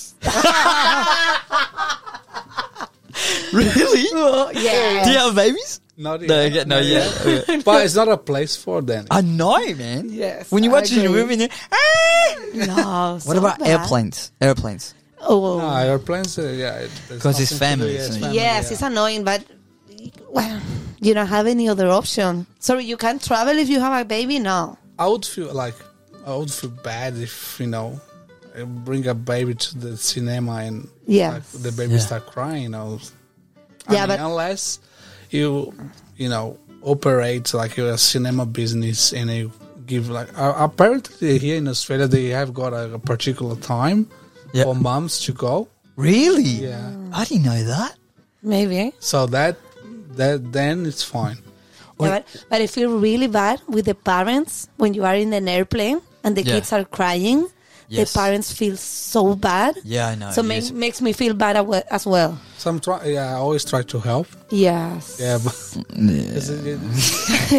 Speaker 1: really?
Speaker 2: *laughs* Oh, yeah.
Speaker 1: Do you have babies?
Speaker 3: Not
Speaker 1: No,
Speaker 3: yet.
Speaker 1: yeah, no,
Speaker 3: Not
Speaker 1: yeah. Oh.
Speaker 3: yet. but it's not a place for them.
Speaker 1: I know, man.
Speaker 2: Yes,
Speaker 1: When you
Speaker 2: I
Speaker 1: watch a
Speaker 2: agree.
Speaker 1: movie, and you-
Speaker 2: No.
Speaker 1: what about airplanes? Airplanes.
Speaker 2: Oh,
Speaker 3: No, airplanes, uh, yeah. it- there's
Speaker 1: 'Cause it's
Speaker 3: nothing to do,
Speaker 1: family,
Speaker 3: yeah,
Speaker 1: isn't
Speaker 3: it's
Speaker 1: it?
Speaker 3: family,
Speaker 2: yes,
Speaker 3: yeah.
Speaker 2: it's annoying, but well, you don't have any other option. Sorry, you can't travel if you have a baby. No.
Speaker 3: I would feel like I would feel bad if you know I bring a baby to the cinema and
Speaker 2: Yeah.
Speaker 3: like, the baby
Speaker 1: Yeah.
Speaker 3: start crying. I was,
Speaker 2: Yeah,
Speaker 3: I mean,
Speaker 2: but-
Speaker 3: unless you you know operate like you're a cinema business and you give like uh, apparently here in Australia they have got a, a particular time
Speaker 1: Yeah.
Speaker 3: for moms to go.
Speaker 1: Really?
Speaker 3: Yeah.
Speaker 1: I didn't know that.
Speaker 2: Maybe.
Speaker 3: So that that then it's fine.
Speaker 2: Yeah, but, but I feel really bad with the parents when you are in an airplane and the
Speaker 1: Yeah.
Speaker 2: kids are crying.
Speaker 1: Yes.
Speaker 2: The parents feel so bad.
Speaker 1: Yeah, I know.
Speaker 2: So
Speaker 1: Yes.
Speaker 2: make, makes me feel bad awe- as well.
Speaker 3: Some try, yeah, I always try to help.
Speaker 2: Yes.
Speaker 3: Yeah, but *laughs* It's- it- it-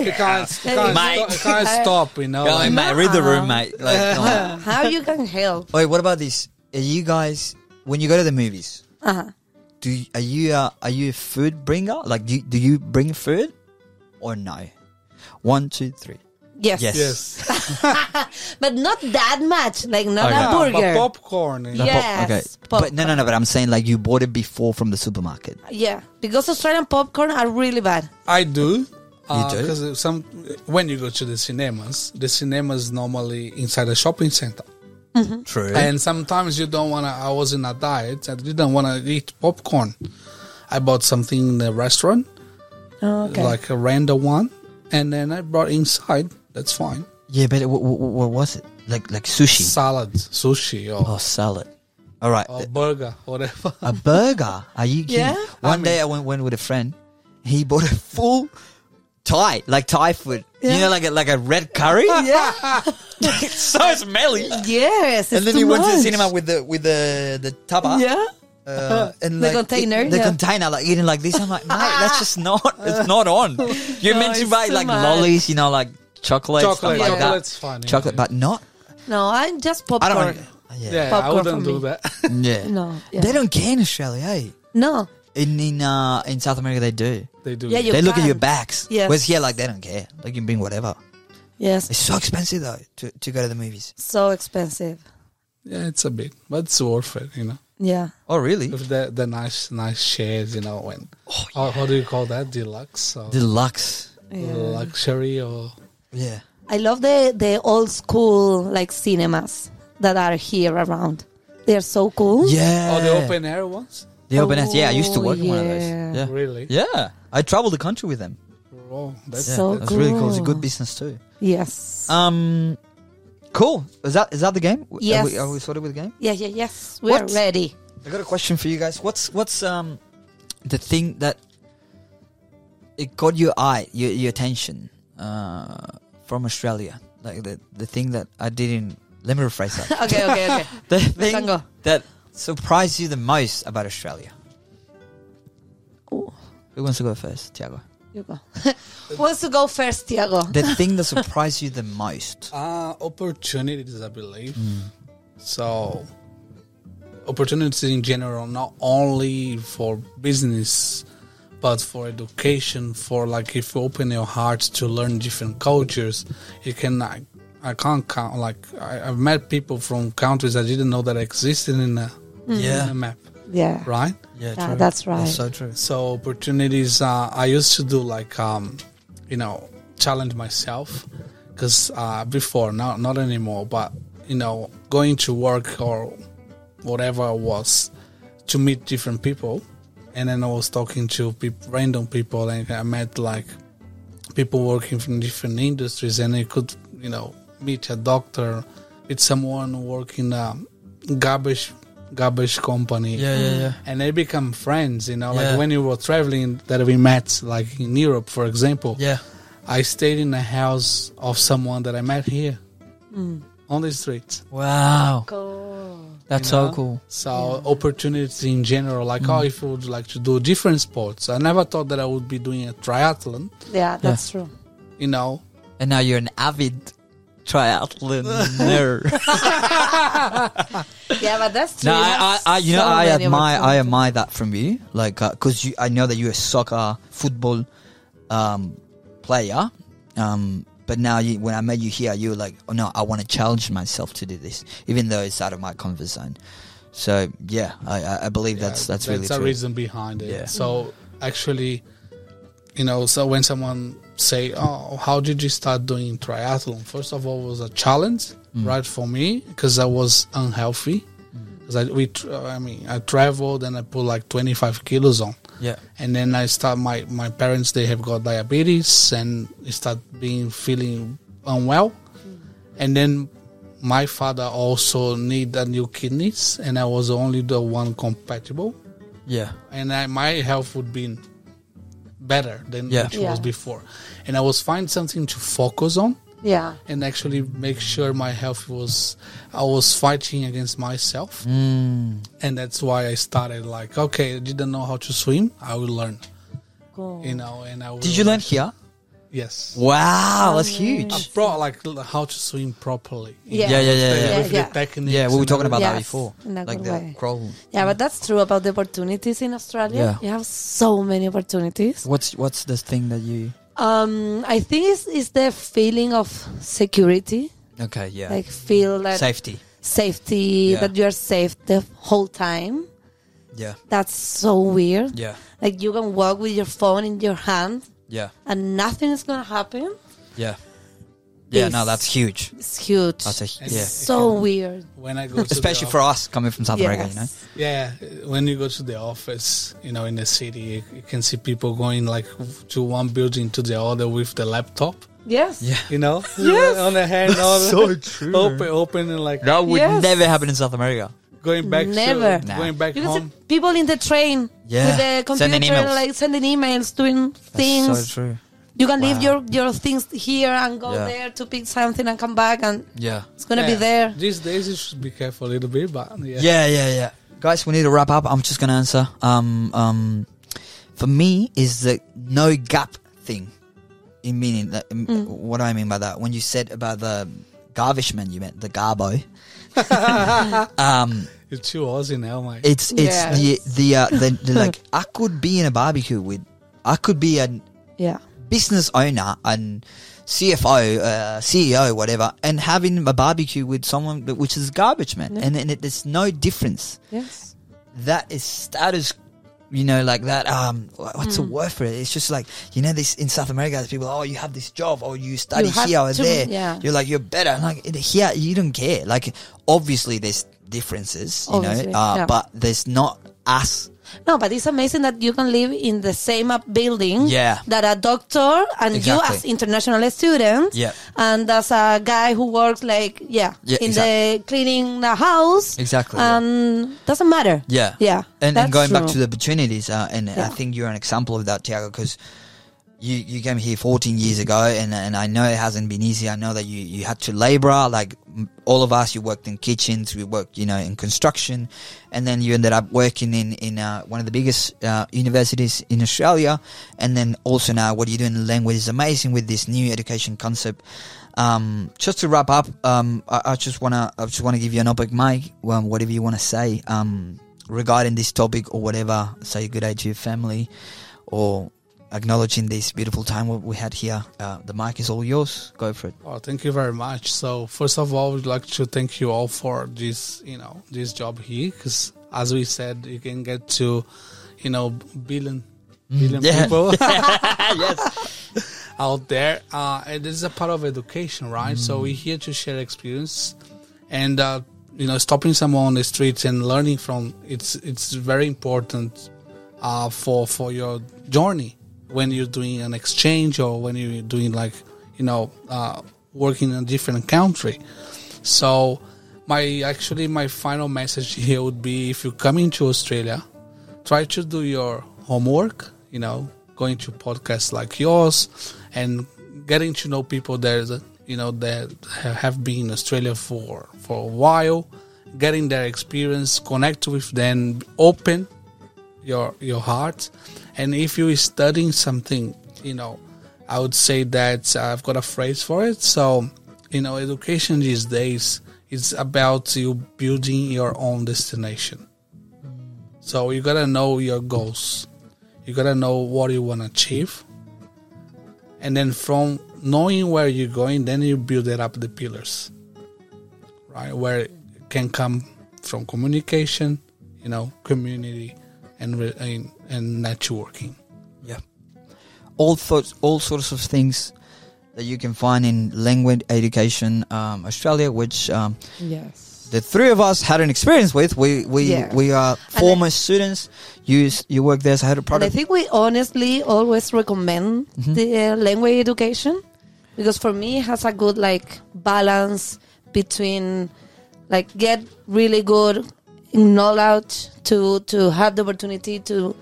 Speaker 3: you can't,
Speaker 2: *laughs*
Speaker 3: you can't,
Speaker 1: Mate.
Speaker 3: stop, you can't stop, you know.
Speaker 1: Go on,
Speaker 3: like-
Speaker 1: Oh, mate. Read the room, mate. *laughs* Like, come on.
Speaker 2: How you can help?
Speaker 1: Wait, what about this? Are you guys when you go to the movies?
Speaker 2: Uh-huh.
Speaker 1: Do you, are you uh, are you a food bringer? Like, do you, do you bring food or no? One, two, three.
Speaker 2: Yes.
Speaker 1: Yes.
Speaker 3: yes.
Speaker 2: But not that much. Like not
Speaker 1: Okay.
Speaker 2: a
Speaker 3: Yeah,
Speaker 2: burger.
Speaker 3: but popcorn. you know.
Speaker 1: Like,
Speaker 2: Yes, pop-
Speaker 1: But no, no, no. But I'm saying like you bought it before from the supermarket.
Speaker 2: yeah. Because Australian popcorn are really bad.
Speaker 3: I do. Uh,
Speaker 1: do?
Speaker 3: 'cause some when you go to the cinemas, the cinemas normally inside a shopping center,
Speaker 1: True.
Speaker 3: and sometimes you don't wanna. I was in a diet and didn't wanna eat popcorn. I bought something in the restaurant,
Speaker 2: Oh, Okay.
Speaker 1: *laughs*
Speaker 3: like a random one, and then I brought inside. That's fine.
Speaker 1: yeah, but what, what, what was it? Like like sushi
Speaker 3: Salad, sushi, or,
Speaker 1: or salad? All right,
Speaker 3: or burger, whatever.
Speaker 1: a burger. Are you kidding?
Speaker 2: Yeah?
Speaker 1: One day I went, went with a friend. He bought a full Thai, like Thai food. You
Speaker 2: Yeah.
Speaker 1: know, like a, like a red curry.
Speaker 2: *laughs* yeah.
Speaker 1: it's *laughs* so smelly.
Speaker 2: yes.
Speaker 1: and
Speaker 2: it's
Speaker 1: then
Speaker 2: too
Speaker 1: he went to the
Speaker 2: much.
Speaker 1: cinema with the with the the taba.
Speaker 2: Yeah.
Speaker 1: Uh, and
Speaker 2: *laughs* The
Speaker 1: like,
Speaker 2: container,
Speaker 1: it- the
Speaker 2: yeah.
Speaker 1: container, like eating like this. I'm like, mate, that's
Speaker 2: *laughs*
Speaker 1: just not. It's not on. You're meant to
Speaker 2: it's
Speaker 1: buy
Speaker 2: too
Speaker 1: like
Speaker 2: much.
Speaker 1: lollies, you know, like chocolate,
Speaker 3: Chocolate,
Speaker 1: stuff like that.
Speaker 3: chocolate's fine, yeah.
Speaker 1: Chocolate, but not.
Speaker 2: No, I'm just
Speaker 1: I
Speaker 2: popcorn.
Speaker 1: don't. Want, yeah,
Speaker 3: *laughs* yeah, I
Speaker 2: Popcorn
Speaker 3: wouldn't
Speaker 2: for
Speaker 3: do
Speaker 2: me.
Speaker 3: that. *laughs*
Speaker 1: yeah.
Speaker 2: No. Yeah.
Speaker 1: They don't care in Australia. Eh?
Speaker 2: No.
Speaker 1: In in uh, in South America, they do.
Speaker 3: they do.
Speaker 2: Yeah, you
Speaker 1: they look at
Speaker 2: can.
Speaker 1: your backs.
Speaker 2: Yes.
Speaker 1: Whereas here, like they don't care. Like you can bring whatever.
Speaker 2: Yes.
Speaker 1: It's so expensive though to, to go to the movies.
Speaker 2: so expensive.
Speaker 3: Yeah, it's a bit, but it's worth it, you know.
Speaker 2: Yeah.
Speaker 1: Oh really?
Speaker 3: With the the nice nice shares, you know, when how, how do you call that? Deluxe or
Speaker 1: Deluxe.
Speaker 3: luxury or
Speaker 1: Yeah.
Speaker 2: I love the the old school like cinemas that are here around. They are so cool.
Speaker 1: Yeah.
Speaker 3: oh the open air ones?
Speaker 1: The open air. Yeah, I used to
Speaker 2: Oh,
Speaker 1: work in one of those.
Speaker 2: yeah.
Speaker 1: Yeah.
Speaker 3: Really?
Speaker 1: Yeah. I traveled the country with them.
Speaker 3: Oh, that's
Speaker 1: Yeah,
Speaker 2: So
Speaker 1: that's really cool. It's a
Speaker 2: cool.
Speaker 1: Uh, good business too.
Speaker 2: Yes.
Speaker 1: Um, Cool. Is that is that the game? W-
Speaker 2: Yes.
Speaker 1: Are we, are we sorted with the game?
Speaker 2: Yeah, yeah, yes. We're
Speaker 1: What? *laughs*
Speaker 2: ready.
Speaker 1: I got a question for you guys. What's what's um the thing that it got your eye, your, your attention uh, from Australia? Like the the thing that I didn't. Let me rephrase
Speaker 2: *laughs*
Speaker 1: that.
Speaker 2: Okay, okay,
Speaker 1: *laughs*
Speaker 2: okay.
Speaker 1: the thing
Speaker 2: Tango.
Speaker 1: that surprised you the most about Australia.
Speaker 2: Ooh,
Speaker 1: Who wants to go first, Tiago?
Speaker 2: you go. *laughs* Who wants to go first, Tiago? *laughs*
Speaker 1: The thing that surprised you the most.
Speaker 3: Uh, opportunities, I believe.
Speaker 1: Mm.
Speaker 3: So, opportunities in general, not only for business, but for education. For like, if you open your heart to learn different cultures, you can. I, I can't count. Like, I, I've met people from countries I didn't know that existed in a, in a map,
Speaker 2: Yeah.
Speaker 3: right?
Speaker 1: yeah,
Speaker 2: Yeah, Mm. Ah, that's right.
Speaker 1: so true.
Speaker 3: So opportunities. Uh, I used to do like um, you know, challenge myself because uh, before not not anymore, but you know, going to work or whatever it was to meet different people, and then I was talking to peop random people, and I met like people working from different industries, and I could you know meet a doctor, meet someone working um, garbage garbage company,
Speaker 1: Yeah, yeah, yeah.
Speaker 3: and they become friends you know
Speaker 1: Yeah.
Speaker 3: like when you were traveling that we met like in europe for example
Speaker 1: Yeah.
Speaker 3: i stayed in the house of someone that i met here on the street
Speaker 1: Wow.
Speaker 2: Cool.
Speaker 1: That's
Speaker 3: You know?
Speaker 1: so cool.
Speaker 3: so opportunities in general like
Speaker 1: Mm.
Speaker 3: oh if you would like to do different sports i never thought that i would be doing a triathlon
Speaker 2: Yeah, that's true.
Speaker 3: you know
Speaker 1: And now you're an avid
Speaker 2: *laughs*
Speaker 1: triathloner.
Speaker 2: Yeah, but that's true.
Speaker 1: no,
Speaker 2: You
Speaker 1: I,
Speaker 2: have
Speaker 1: I, I, you know,
Speaker 2: so
Speaker 1: I
Speaker 2: many
Speaker 1: admire, I
Speaker 2: opportunities.
Speaker 1: admire that from you. Like, uh 'cause cause you, I know that you're a soccer, football, um, player. Um, but now you, when I met you here, you were like, oh no, I want to challenge myself to do this, even though it's out of my comfort zone. So yeah, I, I- I believe that's,
Speaker 3: Yeah,
Speaker 1: that's really
Speaker 3: the
Speaker 1: true.
Speaker 3: reason behind it.
Speaker 1: Yeah.
Speaker 3: So actually, you know, so when someone say, "Oh, how did you start doing triathlon?" First of all, it was a challenge,
Speaker 1: Mm.
Speaker 3: right, for me because I was unhealthy. Because I we, tr- I mean, I traveled and I put like twenty five kilos on,
Speaker 1: Yeah.
Speaker 3: and then I start my my parents they have got diabetes and I start being feeling unwell,
Speaker 1: Mm.
Speaker 3: and then. My father also need a new kidneys, and I was only the one compatible
Speaker 1: Yeah.
Speaker 3: and I, my health would be better than
Speaker 1: Yeah.
Speaker 3: it
Speaker 2: Yeah.
Speaker 3: was before. And I was find something to focus on
Speaker 2: Yeah.
Speaker 3: and actually make sure my health was I was fighting against myself.
Speaker 1: Mm.
Speaker 3: And that's why I started like, okay, I didn't know how to swim, I will learn.
Speaker 2: Cool.
Speaker 3: You know, and I will
Speaker 1: Did you learn here?
Speaker 3: Yes.
Speaker 1: Wow, that's huge.
Speaker 3: I brought like l- how to swim properly.
Speaker 2: Yeah.
Speaker 1: Yeah, yeah, yeah, yeah.
Speaker 2: Yeah,
Speaker 3: With
Speaker 2: yeah.
Speaker 3: the techniques
Speaker 1: Yeah, we were
Speaker 3: and
Speaker 1: talking about that
Speaker 2: Yes,
Speaker 1: before,
Speaker 2: in a
Speaker 1: like
Speaker 2: good
Speaker 1: the
Speaker 2: way.
Speaker 1: crawl.
Speaker 2: Yeah, but that's true about the opportunities in Australia.
Speaker 1: Yeah.
Speaker 2: You have so many opportunities.
Speaker 1: What's what's the thing that you?
Speaker 2: Um, I think it's, it's the feeling of security,
Speaker 1: Okay, yeah,
Speaker 2: like uh, feel that
Speaker 1: safety.
Speaker 2: safety,
Speaker 1: Yeah.
Speaker 2: that you're safe the whole time.
Speaker 1: Yeah,
Speaker 2: That's so weird.
Speaker 1: yeah,
Speaker 2: Like you can walk with your phone in your hand
Speaker 1: yeah,
Speaker 2: and nothing is gonna happen.
Speaker 1: yeah, yeah. No,
Speaker 2: This-
Speaker 1: that's huge.
Speaker 2: It's huge.
Speaker 1: That's a
Speaker 3: And-
Speaker 1: yeah,
Speaker 2: so weird.
Speaker 3: when I go to
Speaker 1: especially
Speaker 3: the
Speaker 1: for us coming from South America.
Speaker 2: Yes.
Speaker 1: You know,
Speaker 3: Yeah, when you go to the office, you know, in the city, you, you can see people going like to one building to the other with the laptop,
Speaker 2: Yes.
Speaker 1: Yeah.
Speaker 3: you know, yes. on the
Speaker 2: *laughs*
Speaker 3: hand, *laughs*
Speaker 1: *laughs*
Speaker 3: all
Speaker 1: true.
Speaker 3: open, open, and like
Speaker 1: That would
Speaker 2: Yes.
Speaker 1: never happen in South America.
Speaker 3: going back,
Speaker 2: Never.
Speaker 3: to,
Speaker 1: Nah.
Speaker 3: going back
Speaker 2: You can
Speaker 3: home.
Speaker 2: see people in the train
Speaker 1: Yeah.
Speaker 2: with the computer,
Speaker 1: Sending emails.
Speaker 2: like sending emails, doing things.
Speaker 1: That's so true.
Speaker 2: You can leave
Speaker 1: Wow.
Speaker 2: your, your things here and go
Speaker 1: Yeah.
Speaker 2: there to pick something and come back, and
Speaker 1: Yeah.
Speaker 2: it's gonna be
Speaker 3: Yeah.
Speaker 2: there.
Speaker 3: These days, you should be careful a little bit, but yeah,
Speaker 1: Yeah, yeah, yeah. Guys, we need to wrap up. I'm just gonna answer. Um, um, for me is the no gap thing. In meaning that, um, what do I mean by that? When you said about the garbage man, you meant the garbo. um,
Speaker 3: you're too Aussie now, like
Speaker 1: It's it's
Speaker 2: Yes.
Speaker 1: the the, uh, the the like I could be in a barbecue with I could be a
Speaker 2: Yeah.
Speaker 1: business owner and CFO uh, CEO whatever and having a barbecue with someone that- which is garbage man and, and it, there's no difference
Speaker 2: Yes.
Speaker 1: that is status you know like that um wha- what's the
Speaker 2: Mm.
Speaker 1: word for it it's just like you know this in South America there's people oh you have this job or you study
Speaker 2: You have
Speaker 1: here or
Speaker 2: to-
Speaker 1: there
Speaker 2: yeah.
Speaker 1: you're like you're better and like it- here you don't care like obviously there's differences you
Speaker 2: Obviously,
Speaker 1: know uh,
Speaker 2: yeah.
Speaker 1: but there's not us
Speaker 2: No, but it's amazing that you can live in the same uh, building
Speaker 1: Yeah.
Speaker 2: that a doctor and you
Speaker 1: Exactly.
Speaker 2: as international student
Speaker 1: Yeah.
Speaker 2: and as a guy who works like yeah,
Speaker 1: Yeah,
Speaker 2: in the cleaning the house
Speaker 1: Exactly, yeah.
Speaker 2: and doesn't matter
Speaker 1: Yeah.
Speaker 2: yeah
Speaker 1: And, and
Speaker 2: that's
Speaker 1: going back
Speaker 2: true.
Speaker 1: to the opportunities, uh, and I
Speaker 2: Yeah.
Speaker 1: think you're an example of that, Tiago, because you, you came here 14 years ago, and, and I know it hasn't been easy. I know that you, you had to labor, like m- all of us, you worked in kitchens, we worked, you know, in construction, and then you ended up working in, in uh, one of the biggest uh, universities in Australia. And then also now, what you're doing in language is amazing with this new education concept. Um, just to wrap up, um, I, I just wanna, I just wanna give you an open mic, well, whatever you wanna say, um, regarding this topic or whatever. Say good day to your family, or acknowledging this beautiful time we- we had here. Uh, the mic is all yours. Go for it.
Speaker 3: Well, thank you very much. So, first of all, we'd like to thank you all for this, you know, this job here, because as we said, you can get to, you know, billion, billion
Speaker 1: Mm. yeah.
Speaker 3: people
Speaker 1: *laughs*
Speaker 3: *laughs*
Speaker 1: yes.
Speaker 3: out there. Uh, and this is a part of education, right? So
Speaker 1: Mm.
Speaker 3: we're here to share experience, and uh, you know, stopping someone on the streets and learning from it's it's very important uh, for for your journey when you're doing an exchange or when you're doing like you know uh, working in a different country. So my actually my final message here would be if you come into Australia, try to do your homework, you know, going to podcasts like yours and getting to know people that you know that ha- have been in Australia for for a while, getting their experience, connect with them, open your your heart and if you're studying something you know i would say that i've got a phrase for it so you know education these days is about you building your own destination so you gotta know your goals you gotta know what you want to achieve and then from knowing where you're going then you build it up the pillars right where it can come from communication you know community and re- and, and networking
Speaker 1: Yeah. All thoughts, all sorts of things that you can find in language education um, Australia, which. Um,
Speaker 2: yes
Speaker 1: the three of us had an experience with. We we
Speaker 2: Yeah.
Speaker 1: we are former students. You s- you work there as a head of Mm-hmm.
Speaker 2: and i
Speaker 1: product.
Speaker 2: think we honestly always recommend the uh, language education because for me it has a good like balance between like get really good knowledge to to have the opportunity to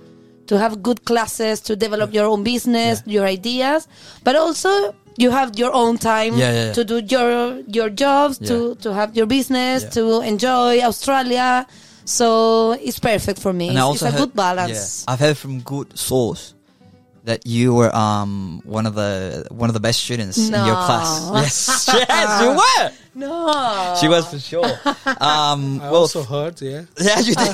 Speaker 2: to have good classes to develop your own business your ideas but also you have your own time
Speaker 1: Yeah, yeah, yeah.
Speaker 2: to do your your jobs to to have your business
Speaker 1: Yeah.
Speaker 2: to enjoy australia so it's perfect for me
Speaker 1: And I
Speaker 2: it's,
Speaker 1: also
Speaker 2: it's a
Speaker 1: heard-
Speaker 2: good balance
Speaker 1: yeah, I've heard from good source that you were um one of the one of the best students in your class.
Speaker 2: *laughs* No.
Speaker 1: Yes, yes, you were.
Speaker 2: no
Speaker 1: She was for
Speaker 3: *laughs*
Speaker 1: sure. Um,
Speaker 3: Uh. i
Speaker 1: well,
Speaker 3: also heard yeah
Speaker 1: *laughs* Yeah, you
Speaker 3: *laughs*
Speaker 1: did.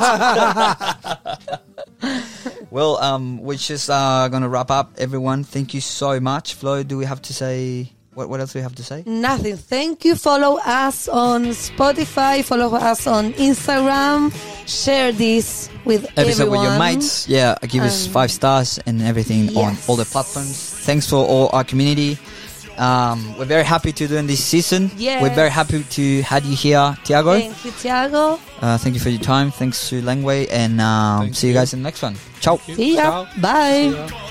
Speaker 1: well, um, we're just uh, going to wrap up, everyone. Thank you so much. Flo, do we have to say. What, what else do we have to say?
Speaker 2: Nothing. Thank you. Follow us on Spotify. Follow us on Instagram. Share this with
Speaker 1: Episode
Speaker 2: everyone.
Speaker 1: with your mates. Yeah, give us
Speaker 2: Um,
Speaker 1: five stars and everything on
Speaker 2: yes.
Speaker 1: all the platforms. Thanks for all our community. Um, we're very happy to doing this season. We're very
Speaker 2: Yes.
Speaker 1: happy to had you here, Tiago.
Speaker 2: Thank you, Tiago.
Speaker 1: Uh, thank you for your time. Thanks to Langway, and um,
Speaker 3: Thank
Speaker 1: see you
Speaker 3: you.
Speaker 1: guys in the next one. Ciao.
Speaker 3: Thank you.
Speaker 2: See ya.
Speaker 3: Ciao.
Speaker 2: Bye.
Speaker 3: See ya.